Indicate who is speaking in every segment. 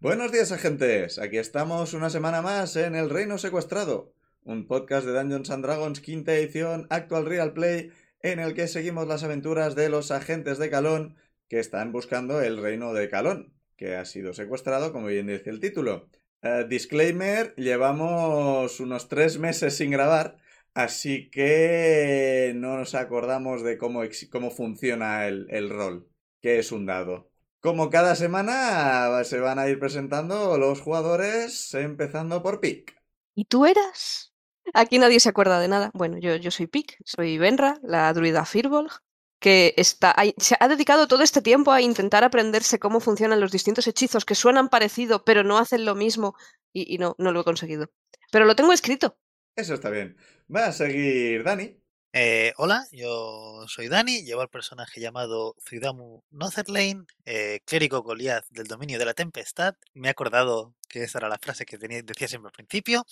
Speaker 1: Buenos días, agentes. Aquí estamos una semana más en El Reino Secuestrado, un podcast de Dungeons and Dragons quinta edición Actual Real Play en el que seguimos las aventuras de los agentes de Calón que están buscando el reino de Calón, que ha sido secuestrado, como bien dice el título. Eh, disclaimer, llevamos unos tres meses sin grabar, así que no nos acordamos de cómo, ex- cómo funciona el, el rol, que es un dado. Como cada semana ah, se van a ir presentando los jugadores, empezando por Pic.
Speaker 2: ¿Y tú eras? Aquí nadie se acuerda de nada. Bueno, yo, yo soy Pic, soy Benra, la druida Firbolg, que está, ha- se ha dedicado todo este tiempo a intentar aprenderse cómo funcionan los distintos hechizos que suenan parecido, pero no hacen lo mismo, y, y no, no lo he conseguido. Pero lo tengo escrito.
Speaker 1: Eso está bien. Va a seguir Dani.
Speaker 3: Eh, hola, yo soy Dani, llevo al personaje llamado Zuidamu Notherlane, eh, clérigo Goliath del dominio de la tempestad. Me he acordado que esa era la frase que tenía, decía siempre al principio.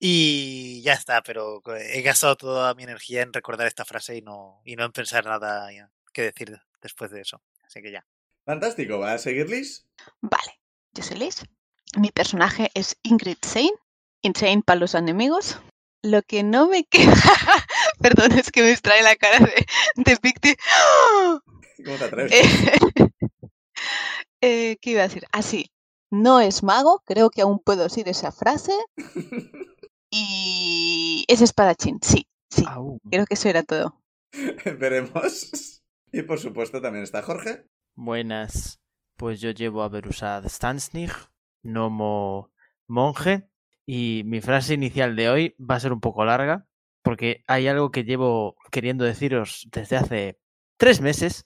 Speaker 3: Y ya está, pero he gastado toda mi energía en recordar esta frase y no, y no en pensar nada eh, que decir después de eso. Así que ya.
Speaker 1: Fantástico, va a seguir Liz.
Speaker 4: Vale, yo soy Liz. Mi personaje es Ingrid Zane, Insane para los enemigos. Lo que no me queda. Perdón, es que me extrae la cara de, de Big T.
Speaker 1: ¿Cómo te atreves?
Speaker 4: Eh, eh, ¿Qué iba a decir? Así, no es mago, creo que aún puedo decir esa frase. Y es espadachín, sí, sí.
Speaker 5: Au.
Speaker 4: Creo que eso era todo. Eh.
Speaker 1: Veremos. Y por supuesto también está Jorge.
Speaker 5: Buenas. Pues yo llevo a Berusad Stansnig, gnomo monje, y mi frase inicial de hoy va a ser un poco larga, porque hay algo que llevo queriendo deciros desde hace tres meses.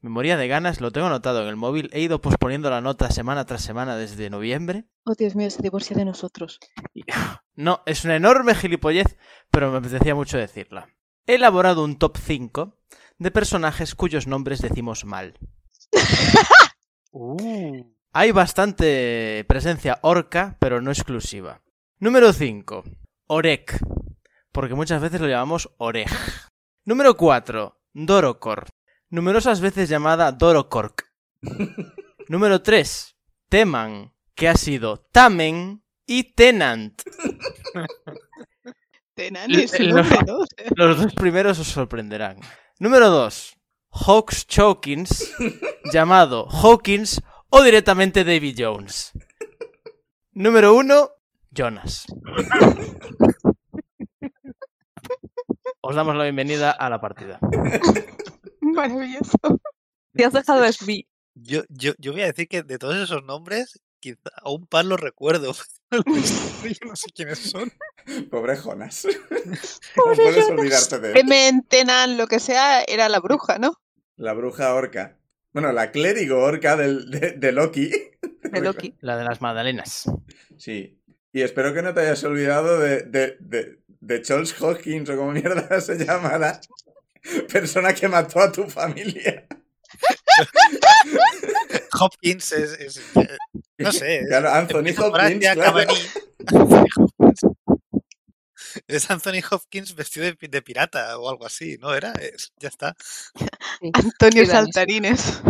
Speaker 5: Me moría de ganas, lo tengo anotado en el móvil, he ido posponiendo la nota semana tras semana desde noviembre.
Speaker 4: Oh, Dios mío, se divorcia de nosotros.
Speaker 5: No, es una enorme gilipollez, pero me apetecía mucho decirla. He elaborado un top 5 de personajes cuyos nombres decimos mal. Hay bastante presencia orca, pero no exclusiva. Número 5. Orek. Porque muchas veces lo llamamos Orej. Número 4. Dorocor. Numerosas veces llamada Dorocork. Número 3. Teman, que ha sido Tamen y Tenant.
Speaker 4: Tenan
Speaker 5: L-
Speaker 4: es el
Speaker 5: lo-
Speaker 4: nombre, ¿no? O sea,
Speaker 5: Los dos primeros os sorprenderán. Número 2. Hawks Chokins, llamado Hawkins o directamente David Jones. Número 1. Jonas. Os damos la bienvenida a la partida.
Speaker 4: Maravilloso.
Speaker 2: Te has dejado es vi.
Speaker 3: Yo, yo, yo voy a decir que de todos esos nombres, quizá a un par los recuerdo. El resto Yo no sé quiénes son.
Speaker 1: Pobre Jonas. No
Speaker 4: Pobre
Speaker 1: puedes
Speaker 4: Jonas.
Speaker 1: olvidarte de él.
Speaker 4: Temen, Tenan, lo que sea, era la bruja, ¿no?
Speaker 1: La bruja orca. Bueno, la clérigo orca del, de, de Loki.
Speaker 2: de Loki.
Speaker 5: La de las Magdalenas.
Speaker 1: Sí. Y espero que no te hayas olvidado de, de, de, de Charles Hawkins o como mierda se llama la persona que mató a tu familia.
Speaker 3: Hopkins es. es- eh, no sé. es-
Speaker 1: Claro, Anthony
Speaker 3: empieza por
Speaker 1: Hopkins.
Speaker 3: Asia,
Speaker 1: claro.
Speaker 3: Cavani. Anthony Hopkins. Es Anthony Hopkins vestido de, pi- de pirata o algo así, ¿no? Era, Es- ya está.
Speaker 4: Antonio
Speaker 2: Cuidan eso.
Speaker 4: Saltarines.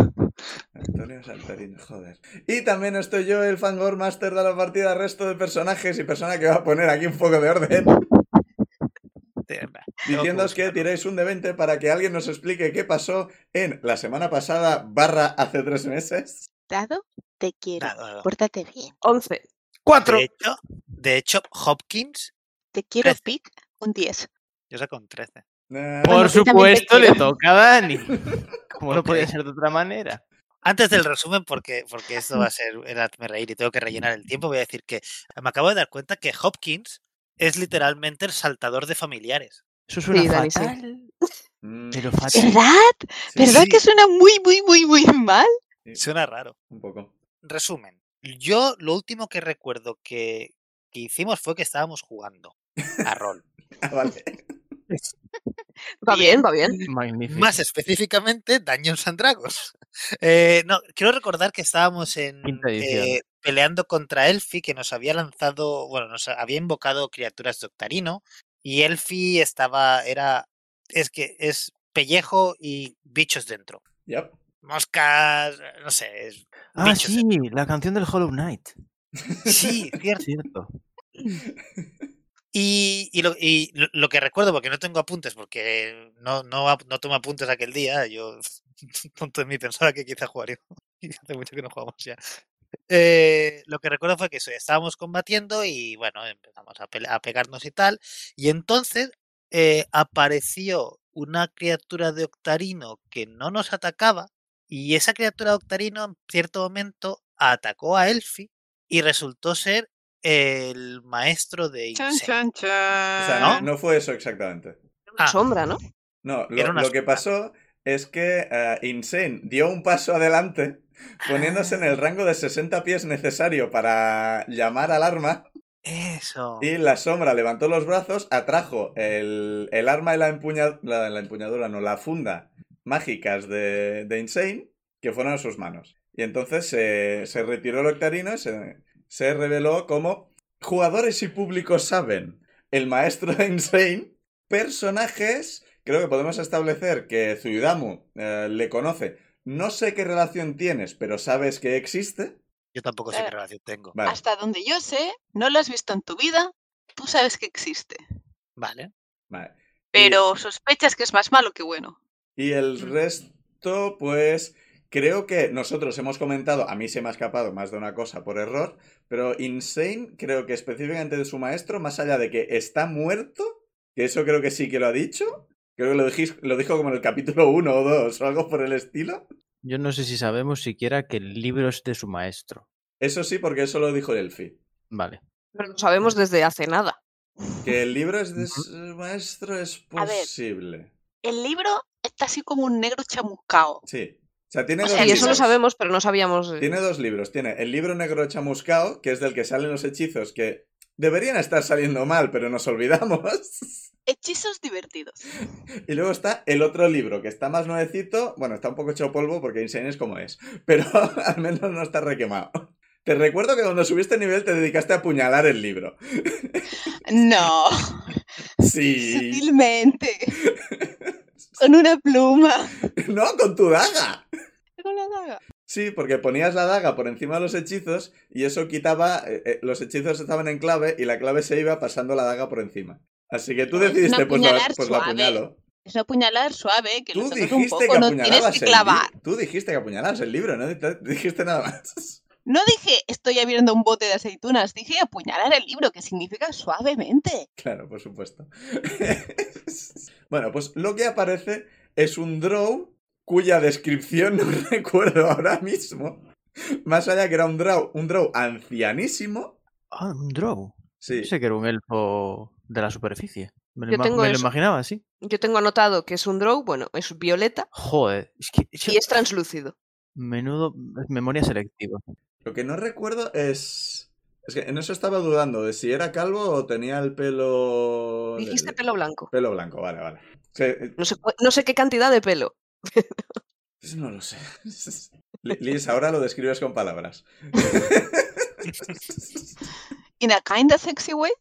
Speaker 1: Antonio Saltarín, joder. Y también estoy yo, el Fangor Master de la partida, resto de personajes y persona que va a poner aquí un poco de orden.
Speaker 3: Tierra. Tengo
Speaker 1: Diciéndoos que
Speaker 3: buscarlo.
Speaker 1: tiréis un de 20 para que alguien nos explique qué pasó en la semana pasada barra hace tres meses.
Speaker 4: Dado, te quiero.
Speaker 3: Nada, nada.
Speaker 4: Pórtate bien.
Speaker 2: 11.
Speaker 5: ¡Cuatro!
Speaker 3: De hecho, de hecho, Hopkins,
Speaker 4: Te quiero,
Speaker 3: Trece.
Speaker 4: Pic, un 10.
Speaker 3: yo saco un 13.
Speaker 1: Eh,
Speaker 5: Por
Speaker 4: Bueno, tú también te
Speaker 5: supuesto, le
Speaker 4: quiero.
Speaker 5: toca a Dani. Como no
Speaker 3: Ok.
Speaker 5: podía ser de otra manera.
Speaker 3: Antes del resumen, porque, porque esto va a ser el hazme reír y tengo que rellenar el tiempo, voy a decir que eh, me acabo de dar cuenta que Hopkins es literalmente el saltador de familiares.
Speaker 5: Eso es
Speaker 2: Sí,
Speaker 5: una
Speaker 2: Dani, sí.
Speaker 5: fatal.
Speaker 1: mm,
Speaker 5: Pero fatal.
Speaker 4: ¿Verdad?
Speaker 1: sí,
Speaker 4: ¿Verdad
Speaker 3: sí.
Speaker 4: que suena muy, muy, muy, muy
Speaker 1: Sí,
Speaker 3: Suena raro.
Speaker 1: un poco.
Speaker 3: Resumen. Yo lo último que recuerdo que, que hicimos fue que estábamos jugando a rol.
Speaker 1: Ah, vale.
Speaker 2: Va bien, va bien.
Speaker 5: Magnífico.
Speaker 3: Más específicamente Dungeons and Dragons. Eh, no, quiero recordar que estábamos en
Speaker 5: Quinta edición.
Speaker 3: eh, peleando contra Elfi, que nos había lanzado, bueno, nos había invocado criaturas de Octarino, y Elfi estaba, era, es que es pellejo y bichos dentro.
Speaker 1: Yep.
Speaker 3: Moscas, no sé. es-
Speaker 5: Ah,
Speaker 3: bichos
Speaker 5: sí, la canción del Hollow Knight.
Speaker 3: Sí, cierto.
Speaker 5: Cierto.
Speaker 3: Y, y lo, y lo- lo que recuerdo, porque no tengo apuntes, porque no, no, ap- no tomo apuntes aquel día, yo tonto de mí pensaba que quizá jugaría. Y hace mucho que no jugamos ya. Eh, lo que recuerdo fue que eso, estábamos combatiendo y bueno, empezamos a, pele- a pegarnos y tal. Y entonces eh, apareció una criatura de Octarino que no nos atacaba. Y esa criatura de Octarino en cierto momento atacó a Elfi y resultó ser el maestro de
Speaker 4: Chan,
Speaker 3: Insane.
Speaker 4: chan,
Speaker 1: O
Speaker 4: chan.
Speaker 1: sea, no, no fue eso exactamente.
Speaker 3: Ah,
Speaker 2: Sombra, ¿no?
Speaker 1: No,
Speaker 3: Era
Speaker 1: lo,
Speaker 3: una
Speaker 1: lo que
Speaker 3: sombra.
Speaker 1: pasó es que eh, Insane dio un paso adelante, poniéndose en el rango de 60 pies necesario para llamar al arma,
Speaker 3: Eso.
Speaker 1: y la sombra levantó los brazos, atrajo el, el arma y la, empuña- la, la empuñadura, no, la funda mágicas de, de Insane, que fueron a sus manos. Y entonces se- se retiró el octarino y se, se reveló como jugadores y público saben. El maestro de Insane. Personajes. Creo que podemos establecer que Zuidamu eh, le conoce. No sé qué relación tienes, pero sabes que existe.
Speaker 3: Yo tampoco sé qué
Speaker 4: Claro.
Speaker 3: relación tengo.
Speaker 1: Vale.
Speaker 4: Hasta donde yo sé, no lo has visto en tu vida, tú sabes que existe,
Speaker 3: Vale.
Speaker 1: Vale.
Speaker 4: pero sospechas que es más malo que bueno.
Speaker 1: Y el resto, pues creo que nosotros hemos comentado, a mí se me ha escapado más de una cosa por error, pero Insane creo que específicamente de su maestro, más allá de que está muerto, que eso creo que sí que lo ha dicho, creo que lo, dijis- lo dijo como en el capítulo 1 o 2 o algo por el estilo.
Speaker 5: Yo no sé si sabemos siquiera que el libro es de su maestro.
Speaker 1: Eso sí, porque eso lo dijo Elfi.
Speaker 5: Vale.
Speaker 2: Pero lo sabemos desde hace nada.
Speaker 1: Que el libro es de su maestro es
Speaker 4: A ver.
Speaker 1: posible.
Speaker 4: El libro está así como un negro chamuscao.
Speaker 1: Sí. O sea, tiene
Speaker 4: O
Speaker 1: dos
Speaker 4: sea,
Speaker 2: Sí, eso lo
Speaker 1: libros.
Speaker 2: sabemos, pero no sabíamos. eh,
Speaker 1: Tiene dos libros. Tiene el libro negro chamuscao, que es del que salen los hechizos que deberían estar saliendo mal, pero nos olvidamos.
Speaker 4: Hechizos divertidos.
Speaker 1: Y luego está el otro libro, que está más nuevecito. Bueno, está un poco hecho polvo porque Insane es como es. Pero al menos no está requemado. Te recuerdo que cuando subiste nivel te dedicaste a apuñalar el libro.
Speaker 4: No,
Speaker 1: Sí.
Speaker 4: sutilmente. Con una pluma.
Speaker 1: No, con tu daga.
Speaker 4: Con la daga.
Speaker 1: Sí, porque ponías la daga por encima de los hechizos y eso quitaba. eh, eh, los hechizos estaban en clave y la clave se iba pasando la daga por encima. Así que tú
Speaker 4: Es
Speaker 1: decidiste,
Speaker 4: una
Speaker 1: pues, la,
Speaker 4: apuñalar
Speaker 1: pues la
Speaker 4: suave.
Speaker 1: apuñalo.
Speaker 4: Es apuñalar suave, que lo
Speaker 1: Tú
Speaker 4: tocas
Speaker 1: dijiste
Speaker 4: un
Speaker 1: que
Speaker 4: poco, no tienes
Speaker 1: apuñalabas
Speaker 4: que
Speaker 1: el libro.
Speaker 4: clavar.
Speaker 1: Tú dijiste que apuñalabas el libro, no Te- dijiste nada más.
Speaker 4: No dije estoy abriendo un bote de aceitunas, dije apuñalar el libro, que significa suavemente.
Speaker 1: Claro, por supuesto. bueno, pues lo que aparece es un draw cuya descripción no recuerdo ahora mismo. Más allá que era un draw, un draw ancianísimo.
Speaker 5: Ah, un drow.
Speaker 1: Sí.
Speaker 5: Pensé que era un elfo de la superficie. Me lo,
Speaker 2: Yo
Speaker 5: ima-
Speaker 2: tengo
Speaker 5: me lo
Speaker 2: eso.
Speaker 5: imaginaba así.
Speaker 2: Yo tengo anotado que es un draw, bueno, es violeta
Speaker 5: Joder, es que yo-
Speaker 2: y es translúcido.
Speaker 5: menudo es memoria selectiva.
Speaker 1: Lo que no recuerdo es. Es que en eso estaba dudando de si era calvo o tenía el pelo.
Speaker 2: Dijiste
Speaker 1: el-
Speaker 2: pelo blanco.
Speaker 1: Pelo blanco, vale, vale. Es que, eh,
Speaker 2: No sé, cu- no sé qué cantidad de pelo.
Speaker 1: pues no lo sé. Li- Liz, ahora lo describes con palabras.
Speaker 4: In a kinda sexy way.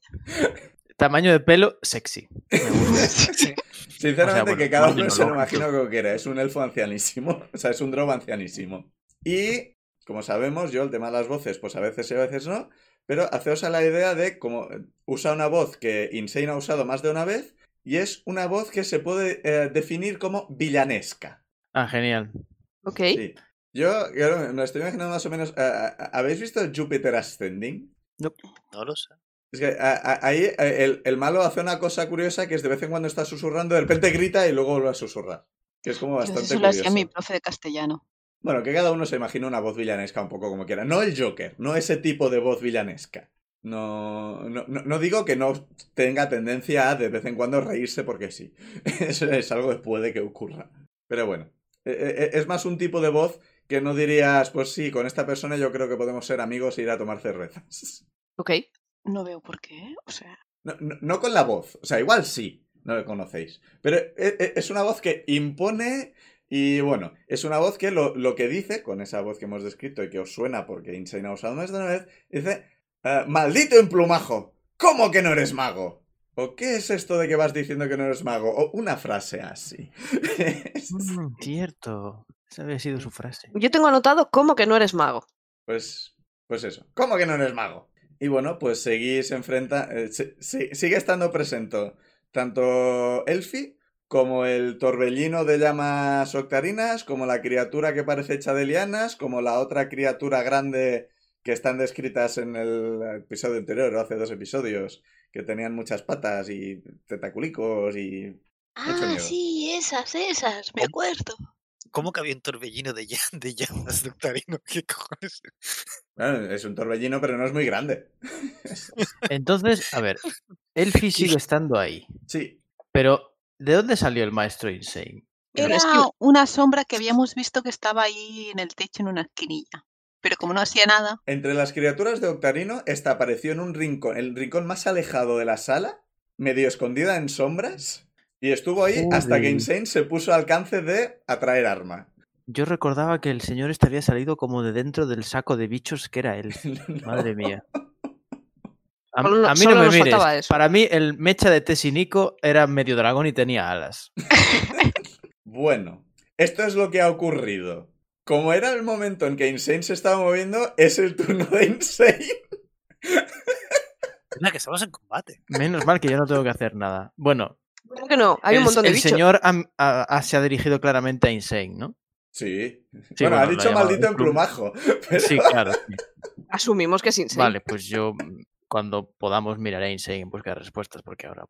Speaker 5: Tamaño de pelo sexy. Me gusta.
Speaker 1: Sinceramente,
Speaker 5: O sea, bueno,
Speaker 1: que cada
Speaker 5: más
Speaker 1: uno se lo
Speaker 5: tecnológico.
Speaker 1: imagina como quiera. Es un elfo ancianísimo. O sea, es un drogo ancianísimo. Y, como sabemos, yo el tema de las voces, pues a veces sí, a veces no. Pero haceos a la idea de cómo eh, usa una voz que Insane ha usado más de una vez. Y es una voz que se puede eh, definir como villanesca.
Speaker 5: Ah, genial.
Speaker 2: Ok.
Speaker 1: Sí. Yo claro, me lo estoy imaginando más o menos. ah, ah, ¿Habéis visto Jupiter Ascending?
Speaker 3: No lo sé.
Speaker 1: Es que ah, ah, ahí eh, el, el malo hace una cosa curiosa que es de vez en cuando está susurrando, de repente grita y luego vuelve a susurrar. Que es como
Speaker 4: Yo
Speaker 1: bastante
Speaker 4: Eso lo
Speaker 1: curioso.
Speaker 4: hacía mi profe de castellano.
Speaker 1: Bueno, que cada uno se imagina una voz villanesca un poco como quiera. No el Joker, no ese tipo de voz villanesca. No, no, no- no digo que no tenga tendencia a de vez en cuando reírse porque sí. Eso es algo que puede que ocurra. Pero bueno, e- e- es más e, un tipo de voz que no dirías, pues sí, con esta persona yo creo que podemos ser amigos e ir a tomar cervezas.
Speaker 2: Ok.
Speaker 4: No veo por qué, o sea,
Speaker 1: No, no- no con la voz, o sea, igual sí, no lo conocéis. Pero e- e- es una voz que impone y bueno, es una voz que lo, lo que dice, con esa voz que hemos descrito y que os suena porque Insane ha usado más de una vez, dice, "Eh, maldito emplumajo, ¿cómo que no eres mago? ¿O qué es esto de que vas diciendo que no eres mago? O una frase así.
Speaker 5: Mm. Cierto. Esa había sido su frase.
Speaker 2: Yo tengo anotado como que no eres mago.
Speaker 1: Pues, pues eso. ¿Cómo que no eres mago? Y bueno, pues seguís enfrenta. eh, se- se- sigue estando presente tanto Elfi como el torbellino de llamas octarinas, como la criatura que parece hecha de lianas, como la otra criatura grande que están descritas en el episodio anterior, o hace dos episodios, que tenían muchas patas y tentaculicos y... Mucho
Speaker 4: Ah,
Speaker 1: miedo.
Speaker 4: sí, esas, esas, me
Speaker 3: ¿Cómo?
Speaker 4: acuerdo.
Speaker 3: ¿Cómo que había un torbellino de, llan- de llamas de octarino? ¿Qué cojones?
Speaker 1: Bueno, es un torbellino, pero no es muy grande.
Speaker 5: Entonces, a ver, Elfi sigue estando ahí.
Speaker 1: Sí,
Speaker 5: Pero, ¿de dónde salió el maestro Insane?
Speaker 2: Pero
Speaker 4: Era
Speaker 2: es que-
Speaker 4: una sombra que habíamos visto que estaba ahí en el techo en una esquinilla. Pero como no hacía nada,
Speaker 1: Entre las criaturas de Octarino, esta apareció en un rincón, el rincón más alejado de la sala, medio escondida en sombras, y estuvo ahí hasta que
Speaker 5: Joder.
Speaker 1: Insane se puso al alcance de atraer arma.
Speaker 5: Yo recordaba que el señor este había salido como de dentro del saco de bichos que era él.
Speaker 1: No.
Speaker 5: Madre mía. A,
Speaker 2: Solo no-
Speaker 5: a mí
Speaker 2: solo
Speaker 5: no me
Speaker 2: nos
Speaker 5: mires.
Speaker 2: faltaba eso.
Speaker 5: Para mí, el mecha de Tesinico era medio dragón y tenía alas.
Speaker 1: Bueno, esto es lo que ha ocurrido. Como era el momento en que Insane se estaba moviendo, es el turno de Insane.
Speaker 3: Es la que estamos en combate.
Speaker 5: Menos mal que yo no tengo que hacer nada. Bueno,
Speaker 2: Creo que no, hay
Speaker 5: el-
Speaker 2: un montón de
Speaker 5: el
Speaker 2: bichos.
Speaker 5: señor ha- ha- ha- se ha dirigido claramente a Insane, ¿no?
Speaker 1: Sí.
Speaker 5: Sí,
Speaker 1: bueno, ha
Speaker 5: lo
Speaker 1: dicho
Speaker 5: llamado
Speaker 1: maldito
Speaker 5: el plum-
Speaker 1: emplumajo.
Speaker 5: Sí, claro. sí.
Speaker 2: Asumimos que sin ser.
Speaker 5: Vale, pues yo mm, cuando podamos miraré a Insane en busca de respuestas, porque ahora.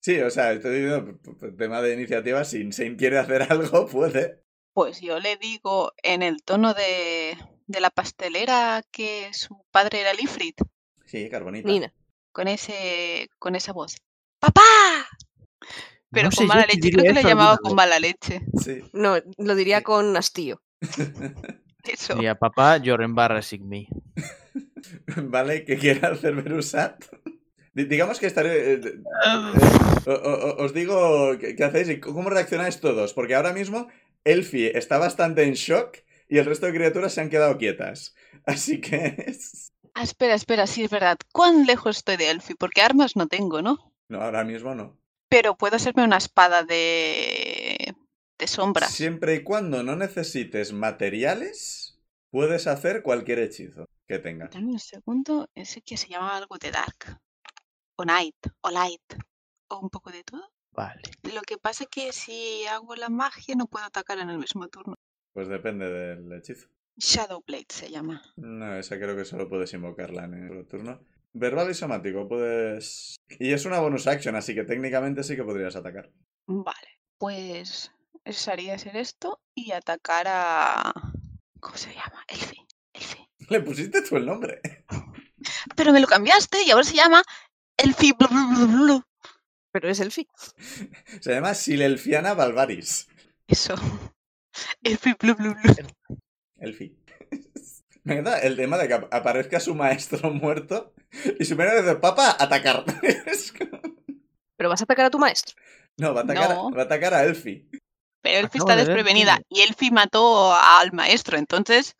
Speaker 1: Sí, o sea, estoy diciendo, p- p- tema de iniciativa, si Insane quiere hacer algo, puede.
Speaker 4: pues yo le digo en el tono de, de la pastelera que su padre era el Ifrit,
Speaker 1: Sí, carbonita.
Speaker 2: Nina.
Speaker 4: con, ese, con esa voz. ¡Papá! Pero
Speaker 5: No
Speaker 4: con
Speaker 5: sé yo
Speaker 4: mala
Speaker 5: si
Speaker 4: leche, creo
Speaker 5: diría
Speaker 4: que le
Speaker 5: eso ¿eh?
Speaker 4: llamaba
Speaker 5: alguna
Speaker 4: con
Speaker 5: vez.
Speaker 4: mala leche.
Speaker 1: Sí.
Speaker 2: No, lo diría con hastío.
Speaker 4: Eso.
Speaker 5: Y a papá, Joren barra sin mí.
Speaker 1: ¿Vale? Que quiera hacer Verusat. Di- Digamos que estaré. eh, eh, o- o- o- os digo qué qué hacéis y cómo reaccionáis todos, porque ahora mismo Elfi está bastante en shock y el resto de criaturas se han quedado quietas. Así que.
Speaker 4: Ah, espera, espera, sí es verdad. ¿Cuán lejos estoy de Elfi? Porque armas no tengo, ¿no?
Speaker 1: No, ahora mismo no.
Speaker 4: Pero puedo hacerme una espada de, de sombras.
Speaker 1: Siempre y cuando no necesites materiales, puedes hacer cualquier hechizo que tengas.
Speaker 4: Dame un segundo, ese que se llama algo de Dark. O Night, o Light, o un poco de todo.
Speaker 5: Vale.
Speaker 4: Lo que pasa es que si hago la magia no puedo atacar en el mismo turno.
Speaker 1: Pues depende del hechizo.
Speaker 4: Shadow Blade se llama.
Speaker 1: No, esa creo que solo puedes invocarla en el turno. Verbal y somático, puedes. Y es una bonus action, así que técnicamente sí que podrías atacar.
Speaker 4: Vale, pues sería hacer esto y atacar a... ¿Cómo se llama? Elfi. Elfi.
Speaker 1: Le pusiste tú el nombre.
Speaker 4: Pero me lo cambiaste y ahora se llama Elfi. blu, blu, blu, blu, blu.
Speaker 2: Pero es elfi.
Speaker 1: Se llama Silelfiana Balvaris.
Speaker 4: Eso. Elfi. blu, blu, blu.
Speaker 1: Elfi. Me encanta el tema de que ap- aparezca su maestro muerto y su menor dice, papá, atacar. Es como-
Speaker 2: Pero vas a atacar a tu maestro.
Speaker 1: no, va a atacar,
Speaker 4: No.
Speaker 1: va a, atacar a Elfi.
Speaker 4: Pero Elfi
Speaker 5: Acabo
Speaker 4: está
Speaker 5: de ver
Speaker 4: desprevenida y Elfi mató al maestro, entonces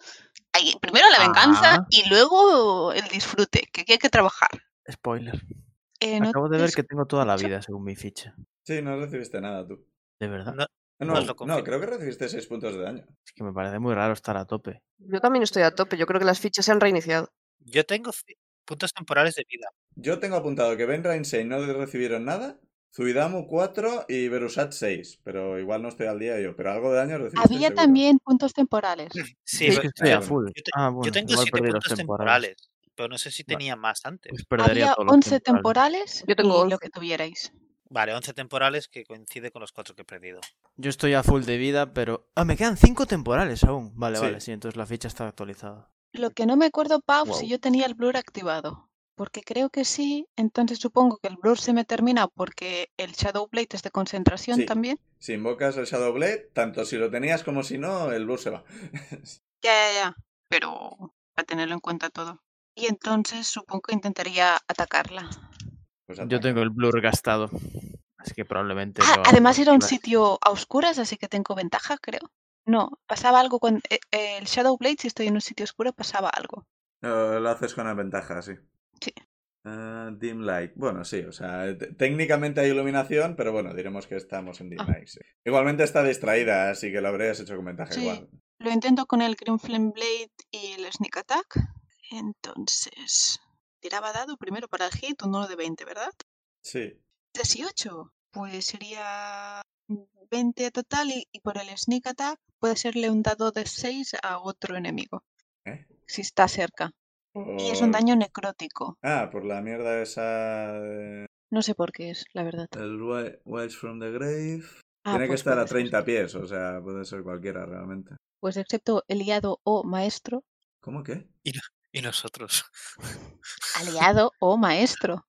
Speaker 4: hay- primero la venganza
Speaker 5: Ah.
Speaker 4: y luego el disfrute, que aquí hay que trabajar.
Speaker 5: Spoiler.
Speaker 4: Eh, no
Speaker 5: Acabo de ver
Speaker 4: tienes-
Speaker 5: que tengo toda la vida según mi ficha.
Speaker 1: Sí, no recibiste nada tú.
Speaker 5: De verdad.
Speaker 3: No.
Speaker 1: No,
Speaker 3: Pues lo
Speaker 1: no,
Speaker 3: confirmo.
Speaker 1: creo que recibiste 6 puntos de daño.
Speaker 5: Es que me parece muy raro estar a tope.
Speaker 2: Yo también estoy a tope. Yo creo que las fichas se han reiniciado.
Speaker 3: Yo tengo c- puntos temporales de vida.
Speaker 1: Yo tengo apuntado que Ben Rainsei no recibieron nada, Zuidamu 4 y Berusat 6, pero igual no estoy al día yo, pero algo de daño recibiste
Speaker 4: Había
Speaker 1: seguro.
Speaker 4: también puntos temporales.
Speaker 3: Sí,
Speaker 5: Es
Speaker 3: pero-
Speaker 5: que estoy a
Speaker 1: claro.
Speaker 5: full.
Speaker 3: Yo te-
Speaker 5: Ah, bueno,
Speaker 3: yo tengo
Speaker 5: igual
Speaker 3: siete
Speaker 5: perdí los
Speaker 3: puntos
Speaker 5: temporales.
Speaker 3: temporales, pero no sé si
Speaker 5: Vale.
Speaker 3: tenía más antes.
Speaker 5: Pues perdería
Speaker 4: Había
Speaker 5: todos los
Speaker 4: 11
Speaker 5: temporales.
Speaker 4: temporales
Speaker 2: Yo tengo
Speaker 4: y
Speaker 2: 11.
Speaker 4: lo que tuvierais.
Speaker 3: Vale, 11 temporales que coincide con los cuatro que he perdido.
Speaker 5: Yo estoy a full de vida, pero. Ah, me quedan cinco temporales aún. Vale,
Speaker 1: Sí.
Speaker 5: vale, sí, entonces la ficha está actualizada.
Speaker 4: Lo que no me acuerdo, Pau, si
Speaker 5: Guau.
Speaker 4: yo tenía el blur activado. Porque creo que sí, entonces supongo que el blur se me termina porque el Shadow Blade es de concentración
Speaker 1: Sí.
Speaker 4: también.
Speaker 1: Si invocas el Shadow Blade, tanto si lo tenías como si no, el blur se va.
Speaker 4: Ya, ya, ya. Pero para tenerlo en cuenta todo. Y entonces supongo que intentaría atacarla. Ah,
Speaker 1: Pues
Speaker 5: Yo
Speaker 1: ataca.
Speaker 5: tengo el blur gastado. Así que probablemente.
Speaker 4: Ah,
Speaker 5: no-
Speaker 4: además era un
Speaker 5: no-
Speaker 4: sitio a oscuras, así que tengo ventaja, creo. No, pasaba algo cuando eh, eh, el Shadow Blade, si estoy en un sitio oscuro, pasaba algo.
Speaker 1: Eh, lo haces con ventaja, sí.
Speaker 4: Sí.
Speaker 1: Eh, dim light. Bueno, sí, o sea, te- técnicamente hay iluminación, pero bueno, diremos que estamos en dim
Speaker 4: Ah.
Speaker 1: light. sí. Igualmente está distraída, así que lo habrías hecho con ventaja
Speaker 4: Sí.
Speaker 1: igual.
Speaker 4: Lo intento con el Green Flame Blade y el Sneak Attack. Entonces, tiraba dado primero para el hit, un 1 de 20, ¿verdad?
Speaker 1: Sí.
Speaker 4: 18. Pues sería 20 total y, y por el Sneak Attack puede serle un dado de 6 a otro enemigo.
Speaker 1: ¿Eh? Oh.
Speaker 4: Si está cerca. Y es un
Speaker 1: Por-
Speaker 4: daño necrótico.
Speaker 1: Ah, por la mierda esa. de-
Speaker 4: No sé por qué es, la verdad.
Speaker 1: El wi- Wiles from the Grave.
Speaker 4: Ah,
Speaker 1: Tiene que
Speaker 4: pues
Speaker 1: estar a
Speaker 4: puede ser.
Speaker 1: 30 pies, o sea, puede ser cualquiera realmente.
Speaker 4: Pues excepto aliado o maestro.
Speaker 1: ¿Cómo que?
Speaker 3: Y nosotros.
Speaker 4: Aliado o maestro.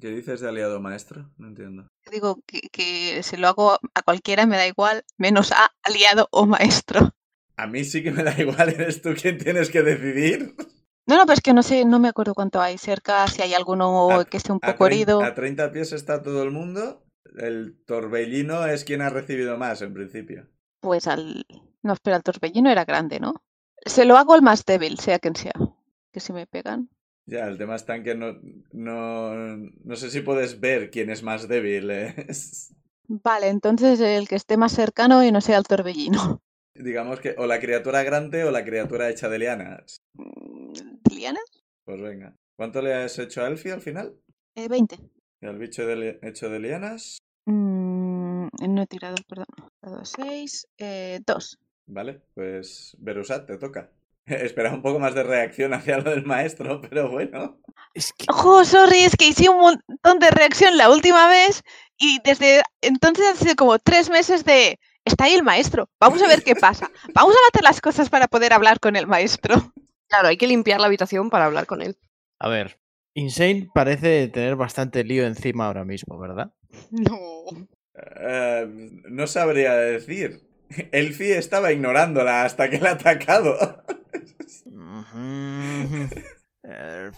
Speaker 1: ¿Qué dices de aliado maestro? No entiendo.
Speaker 4: Digo que, que se lo hago a cualquiera, me da igual, menos a aliado o maestro.
Speaker 1: A mí sí que me da igual, eres tú quien tienes que decidir.
Speaker 4: No, no, pero es que no sé, no me acuerdo cuánto hay cerca, si hay alguno
Speaker 1: A-
Speaker 4: que esté un
Speaker 1: A
Speaker 4: poco
Speaker 1: trein-
Speaker 4: herido.
Speaker 1: A 30 pies está todo el mundo. El torbellino es quien ha recibido más, en principio.
Speaker 4: Pues al. No, espera, el torbellino era grande, ¿no? Se lo hago al más débil, sea quien sea. Que si me pegan.
Speaker 1: Ya, el tema está en que no, no, no sé si puedes ver quién es más débil. ¿eh?
Speaker 4: Vale, entonces el que esté más cercano y no sea el torbellino.
Speaker 1: Digamos que o la criatura grande o la criatura hecha de lianas.
Speaker 4: Mm, ¿Liana?
Speaker 1: Pues venga. ¿Cuánto le has hecho a Elfie al final?
Speaker 4: Eh, 20.
Speaker 1: ¿Y al bicho de li- hecho de lianas?
Speaker 4: Mm, no he tirado, eh, perdón. Dado 6, 2.
Speaker 1: Vale, pues Berusat, te toca. Esperaba un poco más de reacción hacia lo del maestro, pero bueno.
Speaker 5: Es que
Speaker 4: ¡Oh, sorry! Es que hice un montón de reacción la última vez y desde entonces han sido como tres meses de... Está ahí el maestro. Vamos a ver qué pasa. Vamos a matar las cosas para poder hablar con el maestro.
Speaker 2: Claro, hay que limpiar la habitación para hablar con él.
Speaker 5: A ver, Insane parece tener bastante lío encima ahora mismo, ¿verdad?
Speaker 4: No.
Speaker 1: Eh, no sabría decir. Elfie estaba ignorándola hasta que la ha atacado.
Speaker 5: Eh,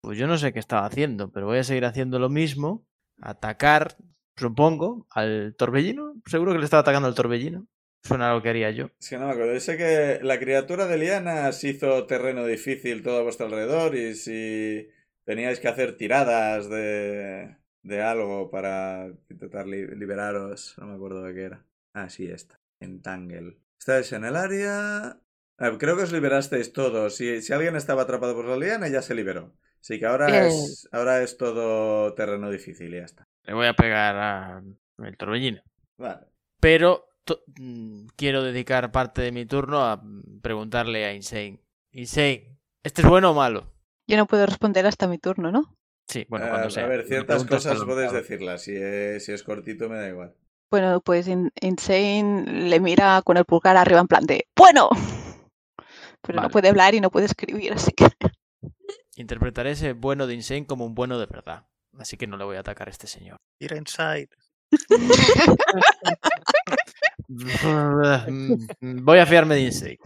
Speaker 5: Pues yo no sé qué estaba haciendo, pero voy a seguir haciendo lo mismo. Atacar, supongo, al torbellino. Seguro que le estaba atacando al torbellino. Suena a lo que haría yo.
Speaker 1: Es que no me acuerdo. Dice que la criatura de lianas hizo terreno difícil todo a vuestro alrededor y si teníais que hacer tiradas de, de algo para intentar li- liberaros, no me acuerdo de qué era. Ah, sí, esta. Entangle. Estáis en el área... Ah, creo que os liberasteis todos. Si, si alguien estaba atrapado por la liana, ya se liberó. Así que ahora
Speaker 2: Bien.
Speaker 1: es, ahora es todo terreno difícil y ya está.
Speaker 5: Le voy a pegar al torbellino.
Speaker 1: Vale.
Speaker 5: Pero to- mm, quiero dedicar parte de mi turno a mm, preguntarle a Insane. Insane, ¿este es bueno o malo?
Speaker 4: Yo no puedo responder hasta mi turno, ¿no?
Speaker 5: Sí, bueno,
Speaker 1: Ah,
Speaker 5: cuando
Speaker 1: a
Speaker 5: sea.
Speaker 1: ver,
Speaker 5: Me
Speaker 1: ciertas
Speaker 5: preguntas
Speaker 1: cosas
Speaker 5: cuando-
Speaker 1: podéis decirlas. Si es, si es cortito, me da igual.
Speaker 4: Bueno, pues In- Insane le mira con el pulgar arriba en plan de... Bueno. Pero no
Speaker 5: Vale.
Speaker 4: puede hablar y no puede escribir, así que...
Speaker 5: Interpretaré ese bueno de Insane como un bueno de verdad. Así que no le voy a atacar a este señor.
Speaker 3: Ir inside.
Speaker 5: Mm, voy a fiarme de Insane.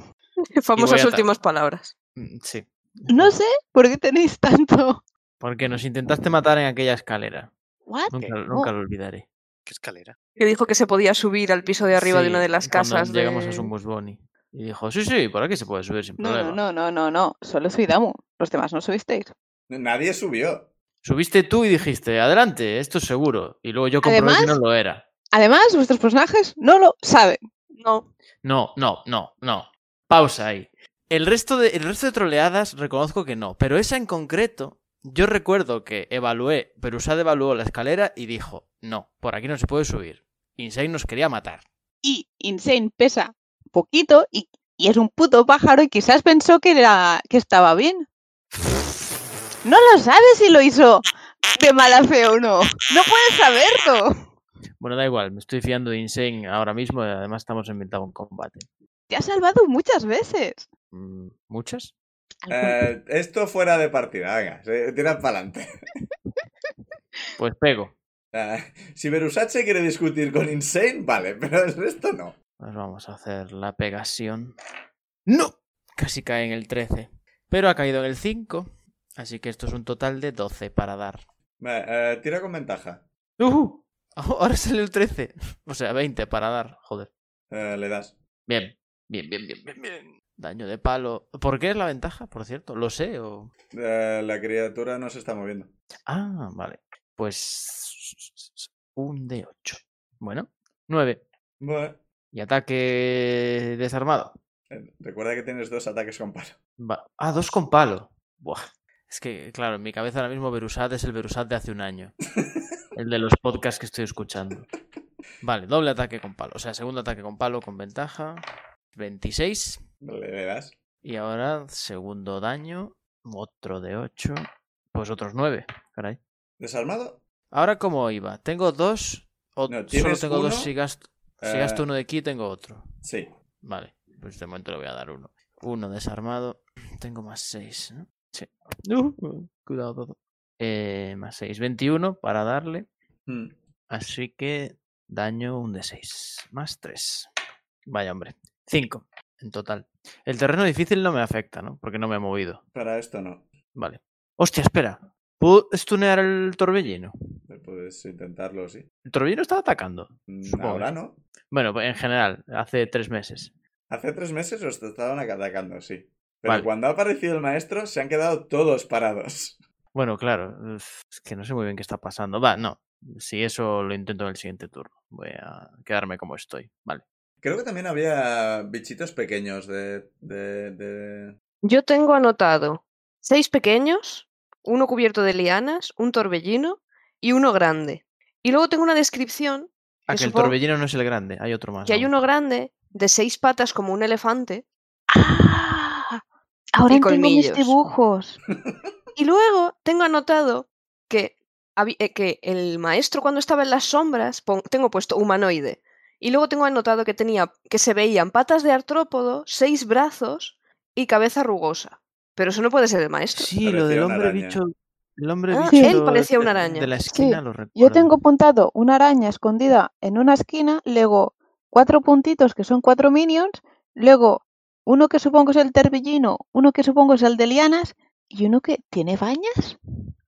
Speaker 2: Famosas
Speaker 5: atar-
Speaker 2: últimas palabras.
Speaker 5: Mm, Sí.
Speaker 4: No sé por qué tenéis tanto...
Speaker 5: Porque nos intentaste matar en aquella escalera.
Speaker 4: ¿What?
Speaker 5: Nunca,
Speaker 3: Ok.
Speaker 5: nunca lo olvidaré.
Speaker 3: ¿Qué escalera?
Speaker 2: Que dijo que se podía subir al piso de arriba de
Speaker 5: Sí,
Speaker 2: una de las
Speaker 5: cuando
Speaker 2: casas.
Speaker 5: Llegamos
Speaker 2: de-
Speaker 5: a Sumbus Boni. Y dijo: Sí, sí, por aquí se puede subir sin
Speaker 4: No,
Speaker 5: problema.
Speaker 4: no, no, no, no, no. Solo soy Damu. Los demás no subisteis.
Speaker 1: Nadie subió.
Speaker 5: Subiste tú y dijiste: Adelante, esto es seguro. Y luego yo comprobé que
Speaker 4: Además-
Speaker 5: no lo era.
Speaker 4: Además, vuestros personajes no lo saben.
Speaker 2: No,
Speaker 5: No, no, no, no. Pausa ahí. El resto de, el resto de troleadas reconozco que no, pero esa en concreto, yo recuerdo que evalué, Perusad evaluó la escalera y dijo, no, por aquí no se puede subir. Insane nos quería matar.
Speaker 4: Y Insane pesa poquito y, y es un puto pájaro y quizás pensó que, era, que estaba bien. No lo sabes si lo hizo de mala fe o no. No puedes saberlo.
Speaker 5: Bueno, da igual, me estoy fiando de Insane ahora mismo, y además estamos en mitad de un combate.
Speaker 4: Te ha salvado muchas veces.
Speaker 5: Mm, ¿Muchas?
Speaker 1: Eh, esto fuera de partida, venga, se- tirad para adelante.
Speaker 5: Pues pego.
Speaker 1: Eh, si Berusat se quiere discutir con Insane, vale, pero el resto no.
Speaker 5: Pues vamos a hacer la pegación. ¡No! Casi cae en el 13. Pero ha caído en el 5. Así que esto es un total de 12 para dar.
Speaker 1: Vale, eh, tira con ventaja.
Speaker 5: ¡Ujú! Ahora sale el 13. O sea, 20 para dar. Joder.
Speaker 1: Eh, le das.
Speaker 5: Bien. Bien, bien, bien, bien, bien. Daño de palo. ¿Por qué es la ventaja, por cierto? ¿Lo sé o...?
Speaker 1: Eh, la criatura no se está moviendo.
Speaker 5: Ah, vale. Pues... Un de 8. Bueno. 9.
Speaker 1: Bueno,
Speaker 5: Y ataque desarmado.
Speaker 1: eh, recuerda que tienes dos ataques con palo.
Speaker 5: Va- Ah, dos con palo. Buah. Es que, claro, en mi cabeza ahora mismo Berusat es el Berusat de hace un año. El de los podcasts que estoy escuchando. Vale, doble ataque con palo. O sea, segundo ataque con palo con ventaja. 26.
Speaker 1: Vale, le das.
Speaker 5: Y ahora, segundo daño. Otro de 8. Pues otros 9. Caray.
Speaker 1: ¿Desarmado?
Speaker 5: Ahora, ¿cómo iba? Tengo dos. O
Speaker 1: No,
Speaker 5: solo
Speaker 1: tienes
Speaker 5: tengo dos
Speaker 1: uno,
Speaker 5: si gasto, si
Speaker 1: eh,
Speaker 5: gasto uno de aquí, tengo otro.
Speaker 1: Sí.
Speaker 5: Vale, pues de momento le voy a dar uno. Uno desarmado. Tengo más seis, ¿no? Sí. Uh, cuidado todo. Eh, más seis. 21 para darle.
Speaker 1: Mm.
Speaker 5: Así que daño un de seis. Más tres. Vaya, hombre. Cinco en total. El terreno difícil no me afecta, ¿no? Porque no me he movido.
Speaker 1: Para esto no.
Speaker 5: Vale. Hostia, espera. ¿Puedo stunear el torbellino?
Speaker 1: Eh, Puedes intentarlo, sí.
Speaker 5: El torbellino está atacando.
Speaker 1: Mm,
Speaker 5: Supongo.
Speaker 1: Ahora no.
Speaker 5: Bueno, pues en general, hace tres meses.
Speaker 1: Hace tres meses os estaban atacando, sí. Pero
Speaker 5: Vale.
Speaker 1: cuando ha aparecido el maestro, se han quedado todos parados.
Speaker 5: Bueno, claro, uf, es que no sé muy bien qué está pasando. Va, no. Si eso lo intento en el siguiente turno. Voy a quedarme como estoy. Vale.
Speaker 1: Creo que también había bichitos pequeños de. de. de.
Speaker 2: Yo tengo anotado seis pequeños, uno cubierto de lianas, un torbellino y uno grande. Y luego tengo una descripción
Speaker 5: Ah,
Speaker 2: que
Speaker 5: que el
Speaker 2: supongo
Speaker 5: torbellino no es el grande, hay otro más.
Speaker 2: que hay
Speaker 5: aún.
Speaker 2: uno grande de seis patas como un elefante.
Speaker 4: ¡Ah! Ahora
Speaker 2: Y
Speaker 4: entiendo mis
Speaker 2: colmillos.
Speaker 4: dibujos.
Speaker 2: Y luego tengo anotado que, habi- eh, que el maestro cuando estaba en las sombras, pon- tengo puesto humanoide. Y luego tengo anotado que tenía que se veían patas de artrópodo, seis brazos y cabeza rugosa. Pero eso no puede ser el maestro.
Speaker 5: Sí,
Speaker 1: Parecía
Speaker 5: lo del
Speaker 1: una
Speaker 5: hombre
Speaker 1: araña.
Speaker 5: bicho. El hombre
Speaker 2: Ah,
Speaker 5: bicho.
Speaker 4: él
Speaker 2: parecía una
Speaker 5: de-
Speaker 2: araña.
Speaker 5: De la
Speaker 2: Sí,
Speaker 5: esquina lo
Speaker 4: Yo
Speaker 5: recuerdo.
Speaker 4: tengo apuntado una araña escondida en una esquina, luego cuatro puntitos que son cuatro minions, luego uno que supongo es el terbellino, uno que supongo es el de lianas y uno que tiene bañas